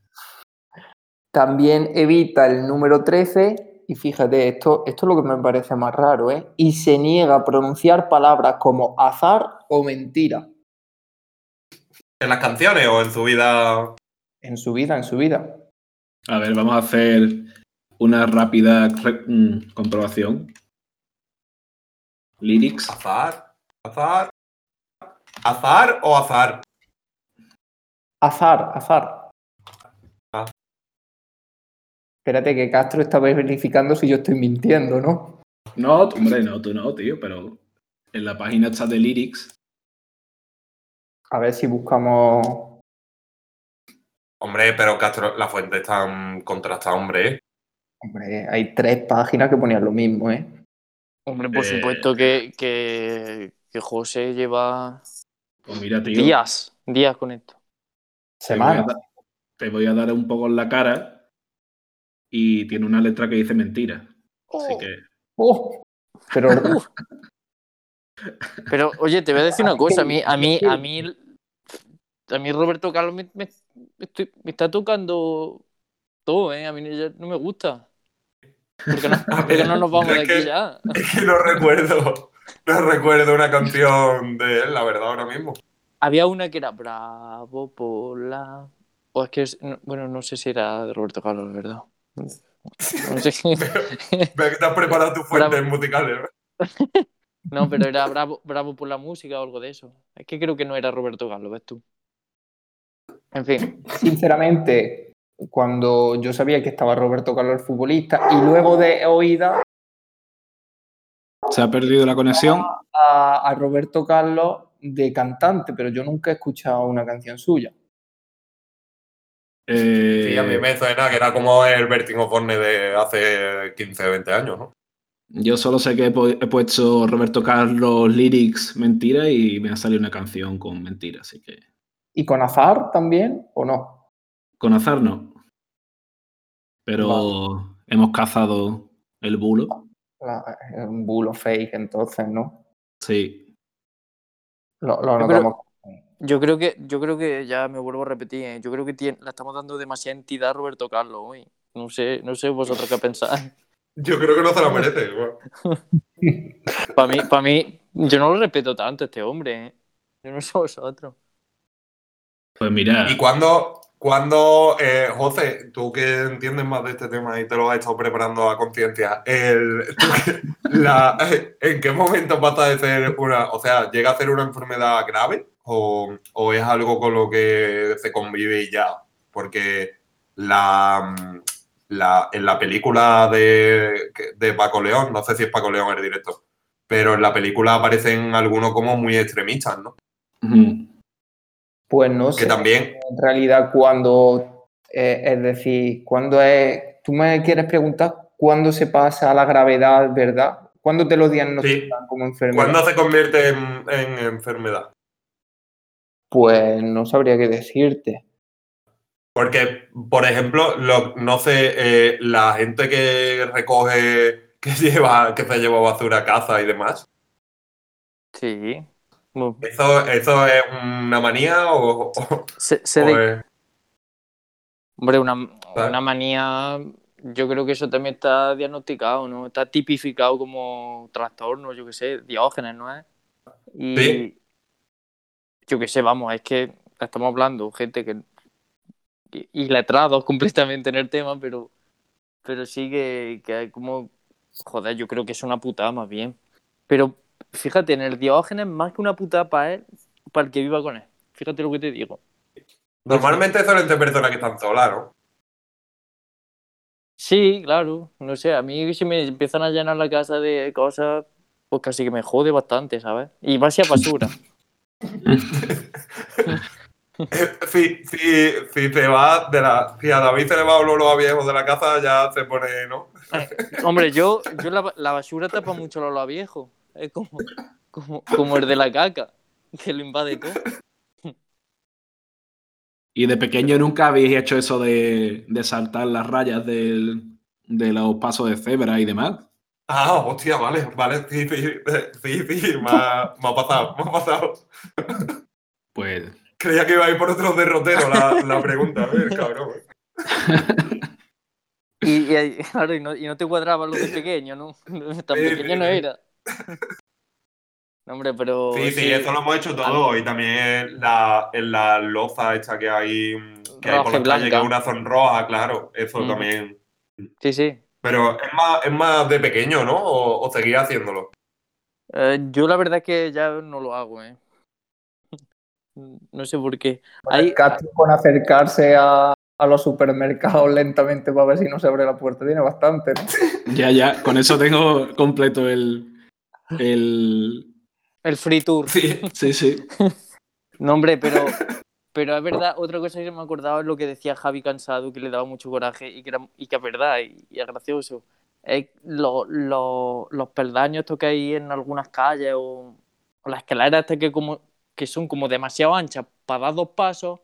También evita el número 13 y fíjate, esto, esto es lo que me parece más raro, ¿eh? Y se niega a pronunciar palabras como azar o mentira
¿En las canciones o en su vida?
en su vida, en su vida.
A ver, vamos a hacer una rápida re- mm, comprobación. Lyrics.
Azar, azar. ¿Azar o azar?
Azar, azar.
Ah.
Espérate que Castro está verificando si yo estoy mintiendo, ¿no?
No, tú- hombre, no, tú no, tío, pero en la página está de Lyrics.
A ver si buscamos...
Hombre, pero Castro, la fuente es tan contrastada, hombre. ¿eh?
Hombre, hay tres páginas que ponían lo mismo, ¿eh?
Hombre, por
Eh.
supuesto que, que, que José lleva
Pues mira, tío.
días, días con esto.
Te voy, a
Semanas.
dar, te voy a dar un poco en la cara y tiene una letra que dice mentira. Así que.
¡Oh! Pero
Pero, oye, te voy a decir una cosa. A mí, a mí, a mí, a mí Roberto Carlos me, me- me estoy- me está tocando todo, ¿eh? A mí ya no me gusta.
*laughs*
Porque no, porque no nos vamos de aquí ya.
Es que no recuerdo. No recuerdo una canción de él, la verdad, ahora mismo.
Había una que era Bravo por la... O es que, es- no- bueno, no sé si era de Roberto Carlos, la verdad. No,
*laughs*
sé si-
Veo que te has preparado tus fuentes
Bravo.
musicales. ¿no?
*laughs* no, pero era bravo, bravo por la música o algo de eso. Es que creo que no era Roberto Carlos, ves tú. En fin.
sinceramente, cuando yo sabía que estaba Roberto Carlos el futbolista y luego de oída
Se ha perdido la conexión.
a, a Roberto Carlos de cantante, pero yo nunca he escuchado una canción suya.
Eh,
Sí, a mí me suena que era como el Bertin Osborne de hace 15, 20 años, ¿no?
Yo solo sé que he, pu- he puesto Roberto Carlos Lyrics mentira y me ha salido una canción con mentira. Así que.
¿Y con Azar también o no?
Con azar no. Pero hemos cazado el bulo.
La- es un bulo fake, entonces, ¿no?
Sí.
Lo, lo
Yo
anotamos.
Yo creo que, yo creo que ya me vuelvo a repetir, ¿eh? yo creo que tiene- le estamos dando demasiada entidad a Roberto Carlos hoy. No sé, no sé vosotros qué pensáis.
Yo creo que no se la merece. güey.
Para mí, para mí, yo no lo respeto tanto a este hombre. ¿eh? Yo no sé vosotros.
Pues mira,
¿Y cuándo, cuándo eh, José, tú que entiendes más de este tema y te lo has estado preparando a conciencia, el- tú que- la- ¿en qué momento pasa de ser una, o sea, llega a ser una enfermedad grave o, o es algo con lo que se convive y ya? Porque la, mm, la- en la película de, que- de Paco León, no sé si es Paco León el director, pero en la película aparecen algunos como muy extremistas, ¿no?
ujú,
Pues no sé.
Que también,
en realidad cuando, eh, es decir, cuando es, tú me quieres preguntar cuándo se pasa a la gravedad, ¿verdad? ¿Cuándo te lo diagnostican como enfermedad?
¿cuándo se convierte en- en enfermedad?
Pues no sabría qué decirte.
Porque, por ejemplo, lo- no sé, eh, la gente que recoge, *laughs* que lleva, que se lleva basura a casa y demás,
Sí. Bueno,
¿eso, eso es una manía o, o-
sé- sé
o
de-
es-
Hombre, una, una manía, yo creo que eso también está diagnosticado, ¿no? Está tipificado como trastorno, yo qué sé, diógenes, ¿no es? Y
Sí.
yo qué sé, vamos, es que estamos hablando gente que... y- Y letrados *laughs* completamente en el tema, pero, pero sí que, que hay como... Joder, yo creo que es una putada más bien. Pero fíjate, en el diógenes más que una putada para él, para el que viva con él. Fíjate lo que te digo.
Normalmente suelen ser personas que están solas, ¿no?
Sí, claro. No sé, a mí si me empiezan a llenar la casa de cosas, pues casi que me jode bastante, ¿sabes? Y va a ser basura.
Eh, Si, si, si te va de la, si a David se le va olor a viejo de la casa, ya se pone, ¿no?
Hombre, yo, yo la, la basura tapa mucho lo a viejo. Es como, como, como el de la caca, que lo invade todo.
Y de pequeño nunca habéis hecho eso de, de saltar las rayas del- de los pasos de cebra y demás.
Ah, hostia, vale, vale, sí, sí, *laughs* sí, sí, me ha, me ha pasado, me ha pasado.
Pues
Creía que iba a ir por otro derrotero la, la pregunta, a ver, cabrón.
Y, y ahí- *laughs* claro, y no, y no te cuadraba lo de pequeño, ¿no? *laughs* Tan
Sí, sí,
pequeño no
sí.
era. No, Hombre, pero.
Sí, sí, eso lo hemos hecho todo. Y también la, en la loza esta que hay, que hay por
Roja y
las calles, que
blanca.
es una sonroja, claro. Eso
Mm.
también.
Sí, sí.
Pero es más, es más de pequeño, ¿no? O, o seguía haciéndolo.
Eh, yo la verdad es que ya no lo hago, ¿eh? *laughs* No sé por qué.
Bueno,
Ahí-
el casting con acercarse a, a los supermercados *laughs* lentamente para ver si no se abre la puerta tiene bastante. ¿no?
ya, ya, con eso tengo completo el. el
El free tour.
Sí.
sí, sí.
No,
*laughs*
hombre, pero, pero es verdad, otra cosa que se me acordaba es lo que decía Javi Cansado, que le daba mucho coraje y que, era, y que es verdad y, y es gracioso. Es lo- lo- los peldaños estos que hay en algunas calles o, o las escaleras estas que, como, que son como demasiado anchas para dar dos pasos,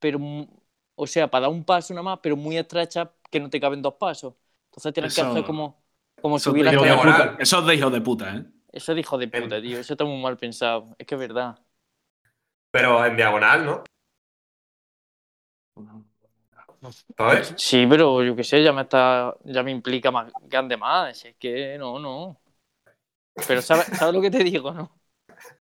pero, mu- o sea, para dar un paso nada más, pero muy estrechas que no te caben dos pasos. Entonces tienes que
Eso-
hacer como,
Eso
como
es
subir
de
la
hijos de
hasta
escalera.
la
puta.
moral.
Eso es de hijos de puta, ¿eh?
Eso es de hijo de puta, tío. Eso está muy mal pensado. Es que es verdad.
Pero en diagonal, ¿no? ¿Sabes?
Sí, pero yo qué sé, ya me está, ya me implica más grande más. Es que no, no. Pero sabes, sabes lo que te digo, ¿no?
*laughs*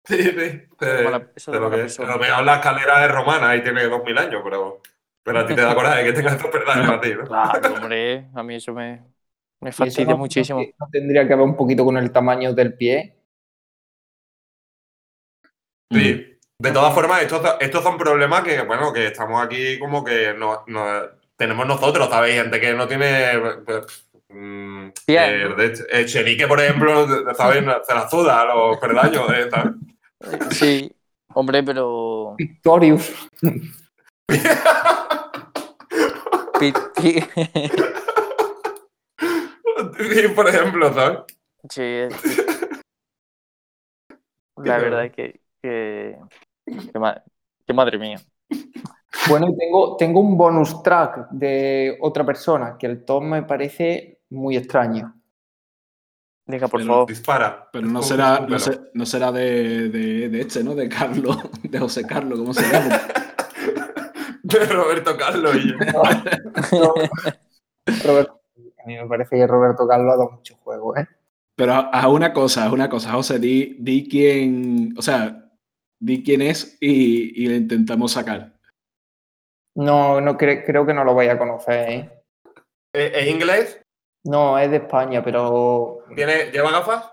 Sí, sí.
Eso
Pero
es de
lo
mala
que
persona.
pero mejor la escalera es romana y tiene dos mil años, pero, pero a ti te da coraje que tengas estos perdaños a ti, ¿no?
Claro, hombre, a mí eso me,
Y
me
eso
fastidia
no-
muchísimo.
No, no tendría que ver un poquito con el tamaño del pie.
Mm.
Sí. De todas formas, estos, estos son problemas que, bueno, que estamos aquí como que no, no- tenemos nosotros, ¿sabéis? Gente que no tiene... pues, mm,
Sí,
eh,
¿no?
de hecho, eh, Chenique, por ejemplo, ¿sabéis? Se la suda a los perdaños, ¿eh? *laughs* ¿sabes?
*laughs* Sí, hombre, pero *laughs*
Victorious.
pi- pi-
Sí, por ejemplo, ¿sabes?
sí, es- la verdad es que que, que ma- que madre mía.
*laughs* Bueno, y tengo, tengo un bonus track de otra persona que el Tom me parece muy *laughs* extraño.
Venga, por
Pero-
favor.
Dispara.
Pero no
Tú,
será,
tú,
no,
pero-
se- no será de, de- de este, ¿no? De Carlos, de José Carlos, ¿cómo se llama?
*laughs* de Roberto Carlos y yo.
Roberto- a mí me parece que Roberto Carlos ha dado mucho juego, ¿eh?
Pero haz una cosa, haz una cosa, José, di, di quién, o sea, di quién es y, y le intentamos sacar.
No, no cre- creo que no lo voy a conocer. ¿eh?
¿Es, es inglés?
No, es de España, pero
¿Tiene, ¿Lleva gafas?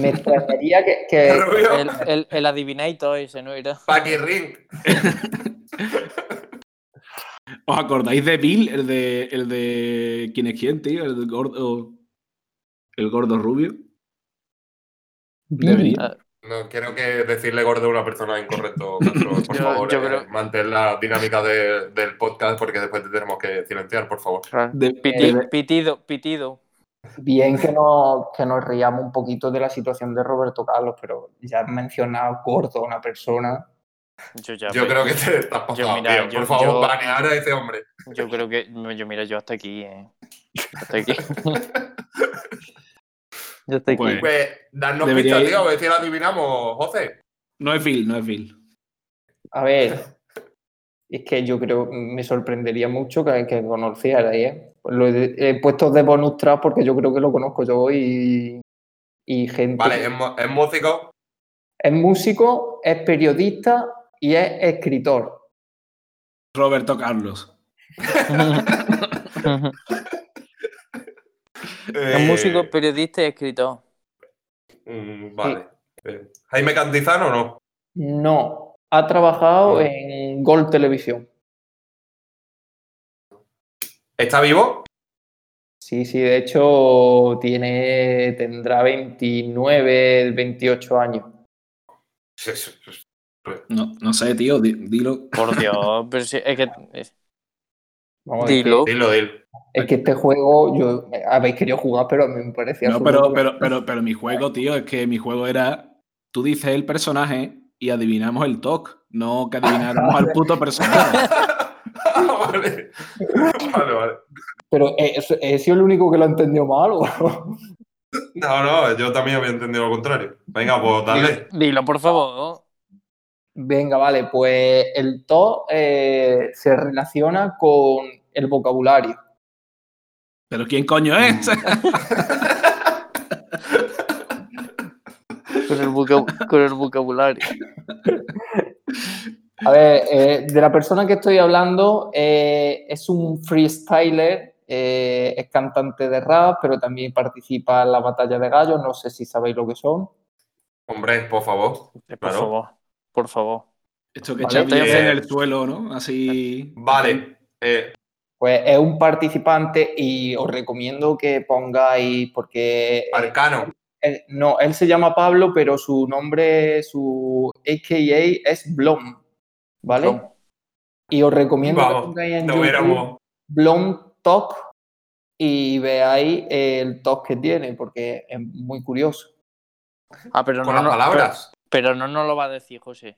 me extrañaría que, *laughs* que-
¿Es *laughs* rubio?
El, el, el adivinator ese, ¿no? Era-
Paquirrín.
¿Os acordáis de Bill, el de, el de quién es quién, tío? El gordo, el gordo rubio. Debería.
ah,
No quiero que decirle gordo a una persona
*laughs*
incorrecto, Castro, por
Yo-
favor.
yo
eh,
creo-
mantén la dinámica de- del podcast porque después te tenemos que silenciar, por favor.
De-
Piti-
debe-
pitido, pitido.
bien que, no, que nos riamos un poquito de la situación de Roberto Carlos, pero ya he mencionado gordo a una persona.
Yo ya.
Yo
ve-
creo que te estás pasando,
Yo, mira,
tío.
yo-
por favor,
yo-
banear a ese hombre.
Yo creo que. no, Yo, mira, yo hasta aquí, eh. Hasta aquí. *laughs* yo hasta aquí. *laughs*
Pues-
Pues, darnos
Debería
pistas,
ir.
tío, a ver si la adivinamos, José.
no es Bill, no es Bill.
A ver, es que yo creo, me sorprendería mucho que, que conocierais, ¿eh? Lo he, he puesto de bonus track porque yo creo que lo conozco yo y, y gente.
Vale, em- es, mu- es músico.
Es músico, es periodista y es escritor.
Roberto Carlos.
Es
eh,
músico, periodista y escritor.
mm, Vale. Eh, ¿Jaime Cantizano o no?
No, ha trabajado en Gol Televisión.
¿Está vivo?
Sí, sí, de hecho tiene, tendrá 29, 28 años.
Sí, sí, sí.
No, no sé, tío, di- dilo.
Por Dios, pero si, es que. es-
Vamos, es, que,
dilo.
Dilo, dilo. *laughs*
es que este juego, yo habéis querido jugar, pero a mí me parecía
No, pero,
absurdo.
pero, pero, pero mi juego, tío, es que mi juego era. Tú dices el personaje y adivinamos el TOC, no que adivináramos al puto personaje.
Ah, vale. vale, vale.
Pero ¿he, he sido el único que lo entendió mal? o-
No, no, yo también había entendido lo contrario. Venga, pues dale.
Dilo, por favor.
*laughs* Venga, vale, pues el to eh, se relaciona con el vocabulario.
Pero ¿quién coño es?
Con el, vocab- con el vocabulario.
A ver, eh, de la persona que estoy hablando eh, es un freestyler, eh, es cantante de rap, pero también participa en la batalla de gallos, no sé si sabéis lo que son.
Hombre, por favor.
Eh, Por
Claro.
favor. Por favor.
*laughs* Esto que
Vale,
echa
estoy
bien en
haciendo-
el suelo, ¿no? Así.
Vale. eh,
Pues es un participante y os recomiendo que pongáis, porque eh,
Arcano.
él- no, él se llama Pablo, pero su nombre, su AKA es Blom, ¿vale?
Blom.
Y os recomiendo que
Vamos,
pongáis en
no
YouTube
hubiéramos.
Blond Talk y veáis el talk que tiene, porque es muy curioso.
Ah, pero
Con
no,
las
no-
palabras.
Pero, pero no nos lo va a decir, José.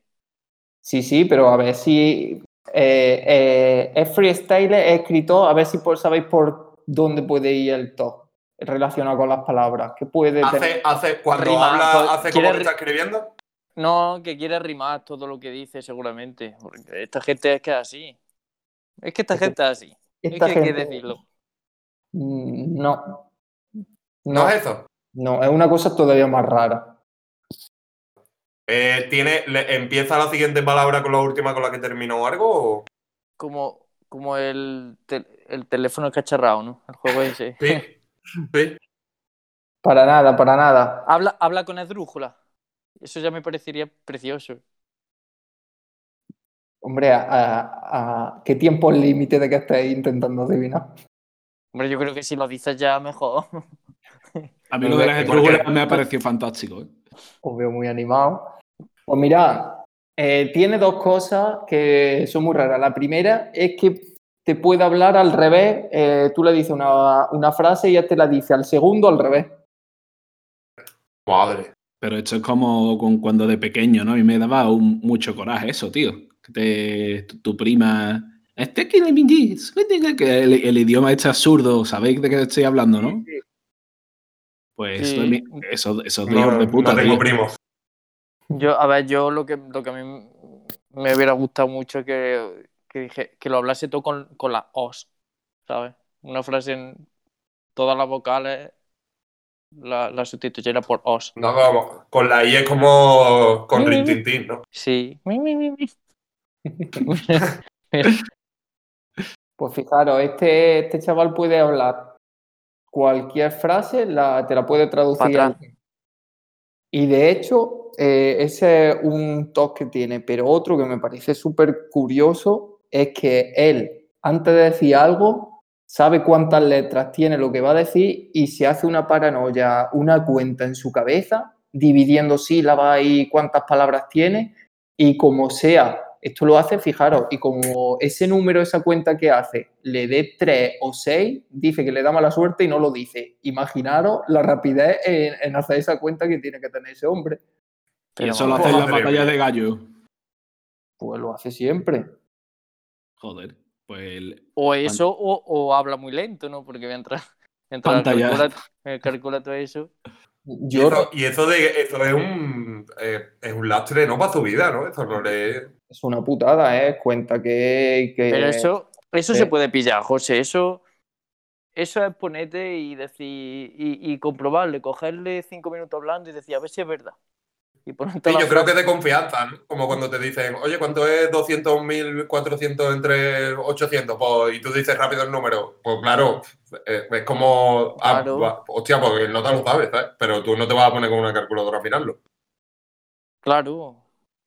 Sí, sí, pero a ver si eh, eh, es freestyle, es escritor, a ver si por- sabéis por dónde puede ir el talk relacionado con las palabras. ¿Qué puede tener?
Hace, hace, cuando
Rima, pues,
habla, hace como
¿quiere
que
ri-
está escribiendo.
No, que quiere rimar todo lo que dice, seguramente. Porque esta gente es que es así. Es que esta gente es así. Es que
Esta
hay que
gente-
decirlo.
Mm, No.
No,
No,
es eso.
no, es una cosa todavía más rara.
Eh, tiene, le- ¿Empieza la siguiente palabra con la última con la que terminó o algo? o?
Como, como el, tel- el teléfono cacharrado, ¿no? El juego ese.
Sí. *laughs* sí.
Para nada, para nada.
Habla, habla con esdrújula. Eso ya me parecería precioso.
Hombre, a, a- a- ¿qué tiempo es el límite de que estáis intentando adivinar?
Hombre, yo creo que si lo dices ya mejor. *laughs*
A mí lo de las
¿Por qué?
estructuras me ha parecido fantástico. ¿eh?
os veo muy animado. Pues mira, eh, tiene dos cosas que son muy raras. La primera es que te puede hablar al revés. eh, tú le dices una, una frase y él te la dice al segundo al revés.
Madre.
Pero esto es como con cuando de pequeño, ¿no? A mí me daba un- mucho coraje eso, tío. Que te- tu, tu prima. Este que le mintis, que el, el idioma este absurdo, ¿sabéis de qué estoy hablando, no? Pues
Sí.
eso, es mi- eso, eso es de
No,
hijos de puta,
no tengo
tío.
primos.
Yo, a ver, yo lo que, lo que a mí me hubiera gustado mucho es que, que, dije, que lo hablase todo con, con la os, ¿sabes? Una frase en todas las vocales la, la sustituyera por os.
No, vamos, con la I es como con Rintintín, ¿no?
Sí. Mi, mi, mi,
*laughs*
mi.
Pues fijaros, este, este chaval puede hablar cualquier frase, la, te la puede traducir.
Pa' atrás.
Y de hecho, eh, ese es un toque que tiene, pero otro que me parece súper curioso es que él, antes de decir algo, sabe cuántas letras tiene lo que va a decir y se hace una paranoia, una cuenta en su cabeza, dividiendo sílabas y cuántas palabras tiene, y como sea, esto lo hace, fijaros, y como ese número, esa cuenta que hace, le dé 3 o 6, dice que le da mala suerte y no lo dice. Imaginaros la rapidez en, en hacer esa cuenta que tiene que tener ese hombre.
Y
Pero
eso lo
vamos,
hace en la
Madre
batalla
mía.
de gallo.
Pues lo hace siempre.
Joder. Pues el-
O eso, o, o habla muy lento, ¿no? Porque mientras, mientras
Pantalla.
calcula, eh, calcula todo eso.
Y
Yo,
eso, y eso de, eso es, un, eh, es un lastre, ¿no? Para su vida, ¿no? Eso no le...
es una putada, ¿eh? Cuenta que. que-
Pero eso, eso
eh.
se puede pillar, José. Eso, eso es ponerte y decir y, y comprobarle, cogerle cinco minutos hablando y decir a ver si es verdad. Y ponerte
Sí,
la
yo creo que
frase.
es de confianza, ¿no? Como cuando te dicen, oye, ¿cuánto es 200.400 entre 800? Pues, y tú dices rápido el número. Pues claro, eh, es como... ah,
Claro.
va- hostia, porque no te lo sabes, ¿sabes? Pero tú no te vas a poner con una calculadora a afinarlo.
Claro,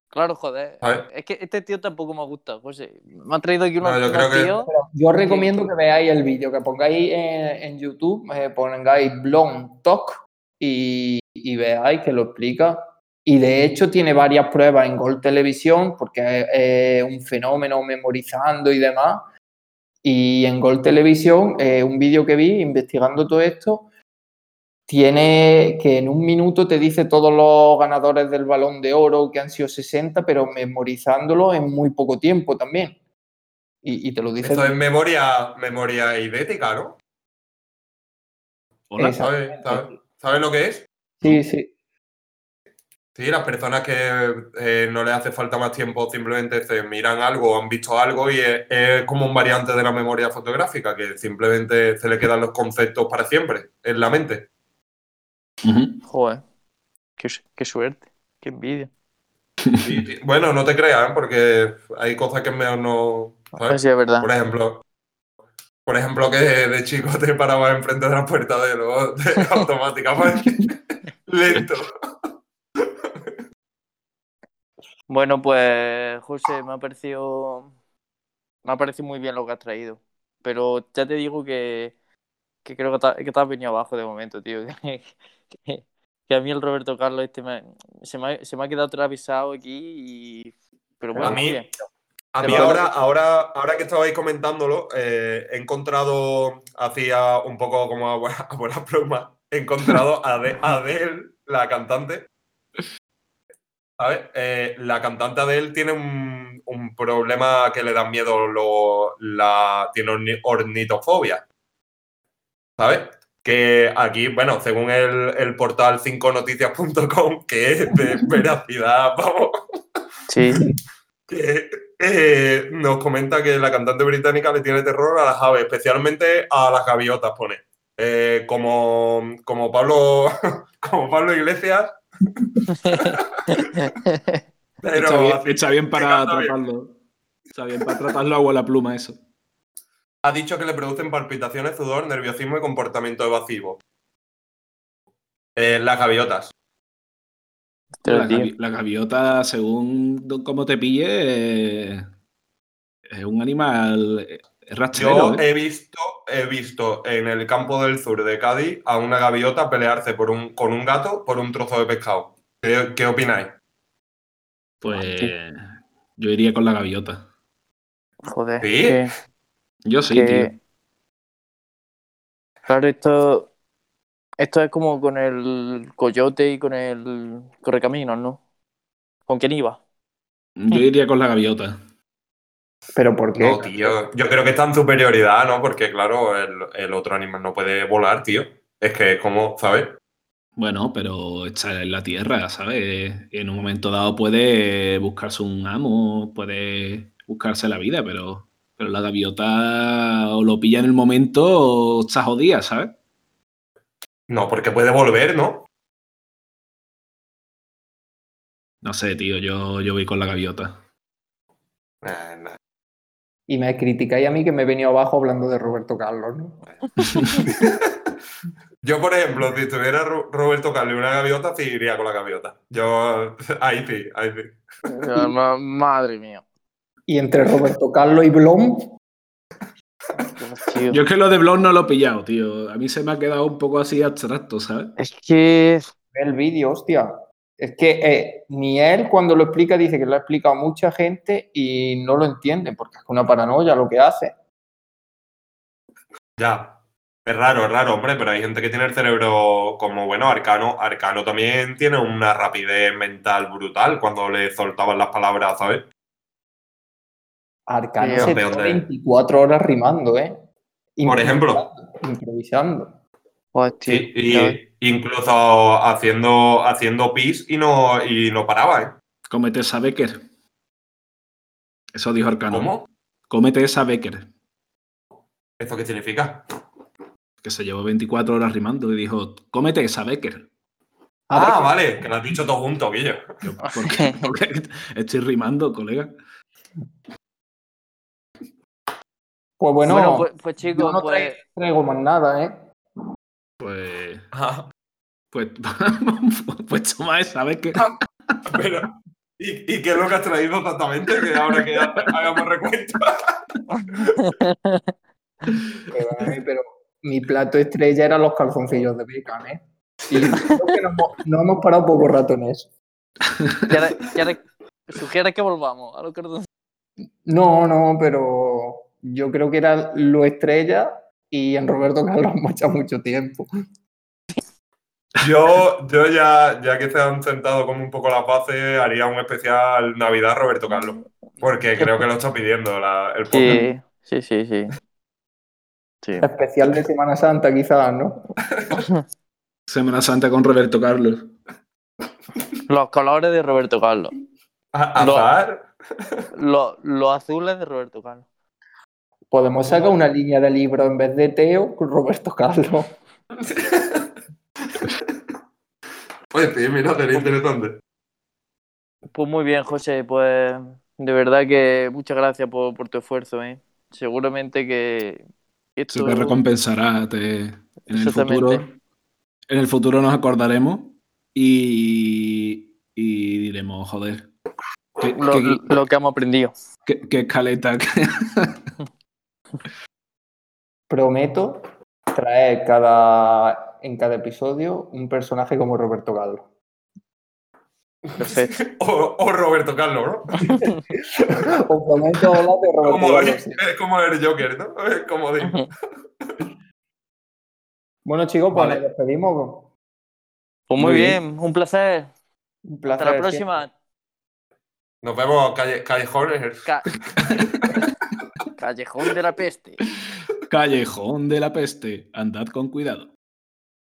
claro, joder.
A ver.
Es que este tío tampoco me gusta, José. Me ha traído aquí unos,
No, yo
unos
creo que-
tíos.
Yo recomiendo que veáis el vídeo, que pongáis en, en YouTube, eh, pongáis Blond Talk y, y veáis que lo explica. Y de hecho tiene varias pruebas en Gol Televisión, porque es eh, un fenómeno memorizando y demás. Y en Gol Televisión, eh, un vídeo que vi investigando todo esto, tiene que en un minuto te dice todos los ganadores del balón de oro, que han sido 60, pero memorizándolo en muy poco tiempo también. Y, y te lo dice
Esto es memoria, memoria idética, ¿no?
Hola.
Exacto.
¿Sabes, sabes, sabes lo que es?
Sí, sí.
Sí, las personas que eh, no les hace falta más tiempo simplemente se miran algo, han visto algo y es, es como un variante de la memoria fotográfica, que simplemente se le quedan los conceptos para siempre en la mente.
Ujú.
Joder, qué, su- qué suerte, qué envidia.
Sí, sí. Bueno, no te creas, ¿eh? porque hay cosas que es mejor no...
A ver
¿sabes?
si es verdad.
Por ejemplo, por ejemplo que de chico te parabas enfrente de la puerta de, los de la automática, pues, lento.
Bueno, pues José, me ha parecido, me ha parecido muy bien lo que has traído, pero ya te digo que, que creo que te, ha- que te has venido abajo de momento, tío. *laughs* Que, que- que a mí el Roberto Carlos este me- se, me ha, se me ha quedado atravesado aquí y... Pero bueno,
A mí-
muy bien.
A
Te
mí
lo
ahora, ahora, ahora que estabais comentándolo, eh, he encontrado, hacía un poco como a buena, *laughs* a buena pluma, he encontrado a Ade- Adele, la cantante. ¿Sabes? Eh, la cantante Adele tiene un, un problema que le da miedo, lo- la, tiene orni- ornitofobia. ¿Sabes? Que aquí, bueno, según el, el portal 5noticias.com, que es de *laughs* veracidad, vamos,
Sí,
que eh, nos comenta que la cantante británica le tiene terror a las aves, especialmente a las gaviotas, pone. Eh, como, como Pablo *laughs* como Pablo Iglesias, pero
está, bien,
así-
está bien para
está bien.
tratarlo. Está bien para tratarlo agua a la pluma, eso.
ha dicho que le producen palpitaciones, sudor, nerviosismo y comportamiento evasivo. Eh, las gaviotas.
te lo
la,
digo.
gavi- la gaviota, según do- cómo te pille, eh, es un animal eh, rastrero.
Yo
¿eh?
he visto, he visto en el campo del sur de Cádiz a una gaviota pelearse por un, con un gato por un trozo de pescado. ¿Qué, qué opináis?
Pues yo iría con la gaviota.
Joder,
¿Sí?
que-
Yo sí,
que-
tío.
Claro, esto, esto es como con el coyote y con el correcaminos, ¿no? ¿Con quién iba?
Yo iría con la gaviota.
Pero ¿por qué?
No, tío. Yo creo que está en superioridad, ¿no? Porque, claro, el, el otro animal no puede volar, tío. Es que es como, ¿sabes?
Bueno, pero está en la tierra, ¿sabes? En un momento dado puede buscarse un amo, puede buscarse la vida, pero, pero la gaviota o lo pilla en el momento o está jodida, ¿sabes?
No, porque puede volver, ¿no?
No sé, tío, yo, yo voy con la gaviota.
Nah, nah.
Y me criticáis a mí que me he venido abajo hablando de Roberto Carlos, ¿no?
Yo, por ejemplo, si tuviera Ru- Roberto Carlos y una gaviota, sí iría con la gaviota. Yo, *laughs* ahí sí, ahí sí.
Ya, *laughs* ma- Madre mía.
Y entre Roberto Carlos y Blom,
Tío,
Yo es que lo de Blon no lo he pillado, tío. A mí se me ha quedado un poco así abstracto, ¿sabes?
Es que.
ve el vídeo, hostia. Es que eh, ni él cuando lo explica dice que lo ha explicado mucha gente y no lo entiende porque es una paranoia lo que hace.
Ya. Es raro, es raro, hombre, pero hay gente que tiene el cerebro como, bueno, Arcano. Arcano también tiene una rapidez mental brutal cuando le soltaban las palabras, ¿sabes?
Arcano
Tío.
se
Campeón
tira
de-
24 horas rimando, ¿eh?
Por ejemplo.
Improvisando, Improvisando.
Pues, tío,
Sí, y
ya ves.
incluso haciendo, haciendo pis y no, y no paraba, ¿eh?
Cómete esa Becker. Eso dijo Arcano.
¿Cómo?
Cómete esa Becker.
¿Esto qué significa?
Que se llevó 24 horas rimando y dijo, cómete esa Becker.
Ah, vale, que lo has dicho todo junto, Guillo.
Yo, ¿por qué? *laughs* ¿Por qué? Estoy rimando, colega.
Pues bueno,
Bueno, pues, pues,
yo
chicos,
no
pues.
traigo, traigo más nada, ¿eh?
Pues. Pues, *laughs* pues toma esa Becker.
Pero, ¿y, y qué es lo que has traído exactamente? Que ahora que ha- hagamos recuento.
Perdóname, pero mi plato estrella eran los calzoncillos de Beckham, ¿eh? Y creo que no, hemos- no hemos parado poco rato en eso.
¿quiere- quiere- ¿Sugieres que volvamos a los cartones?
No, no, pero yo creo que era lo estrella y en Roberto Carlos *laughs* hemos echado mucho tiempo.
Yo, yo ya, ya que se han sentado como un poco las bases, haría un especial Navidad Roberto Carlos. Porque creo que lo está pidiendo la- el podcast.
Sí, sí, sí, sí. Sí.
Especial de Semana Santa, quizás, ¿no?
Semana Santa con Roberto Carlos.
Los colores de Roberto Carlos.
A-
No.
Azar,
Los, los azules de Roberto Carlos.
Podemos sacar una línea de libro en vez de Teo con Roberto Carlos.
Pues sí, mira, sería interesante.
Pues muy bien, José. Pues de verdad que muchas gracias por, por tu esfuerzo, ¿eh? Seguramente que
Se
esto...
te recompensará. te- en, el
Exactamente.
futuro, en el futuro nos acordaremos y, y diremos, joder. Qué,
lo,
qué-
lo que hemos aprendido.
qué- qué *laughs* escaleta.
Prometo traer cada, en cada episodio un personaje como Roberto Carlos.
*laughs*
Perfecto.
O, o Roberto Carlos, ¿no?
Os prometo hablar de Roberto
Como,
Carlos.
es *laughs* como el Joker, ¿no? Es como de-
pues
Bueno, chicos, pues
Vale.
nos despedimos.
muy,
Muy
bien.
bien.
un placer.
Un
Hasta
placer.
la próxima.
Nos vemos, calle, callejones.
Ca- *laughs* Callejón de la peste.
Callejón de la peste. Andad con cuidado.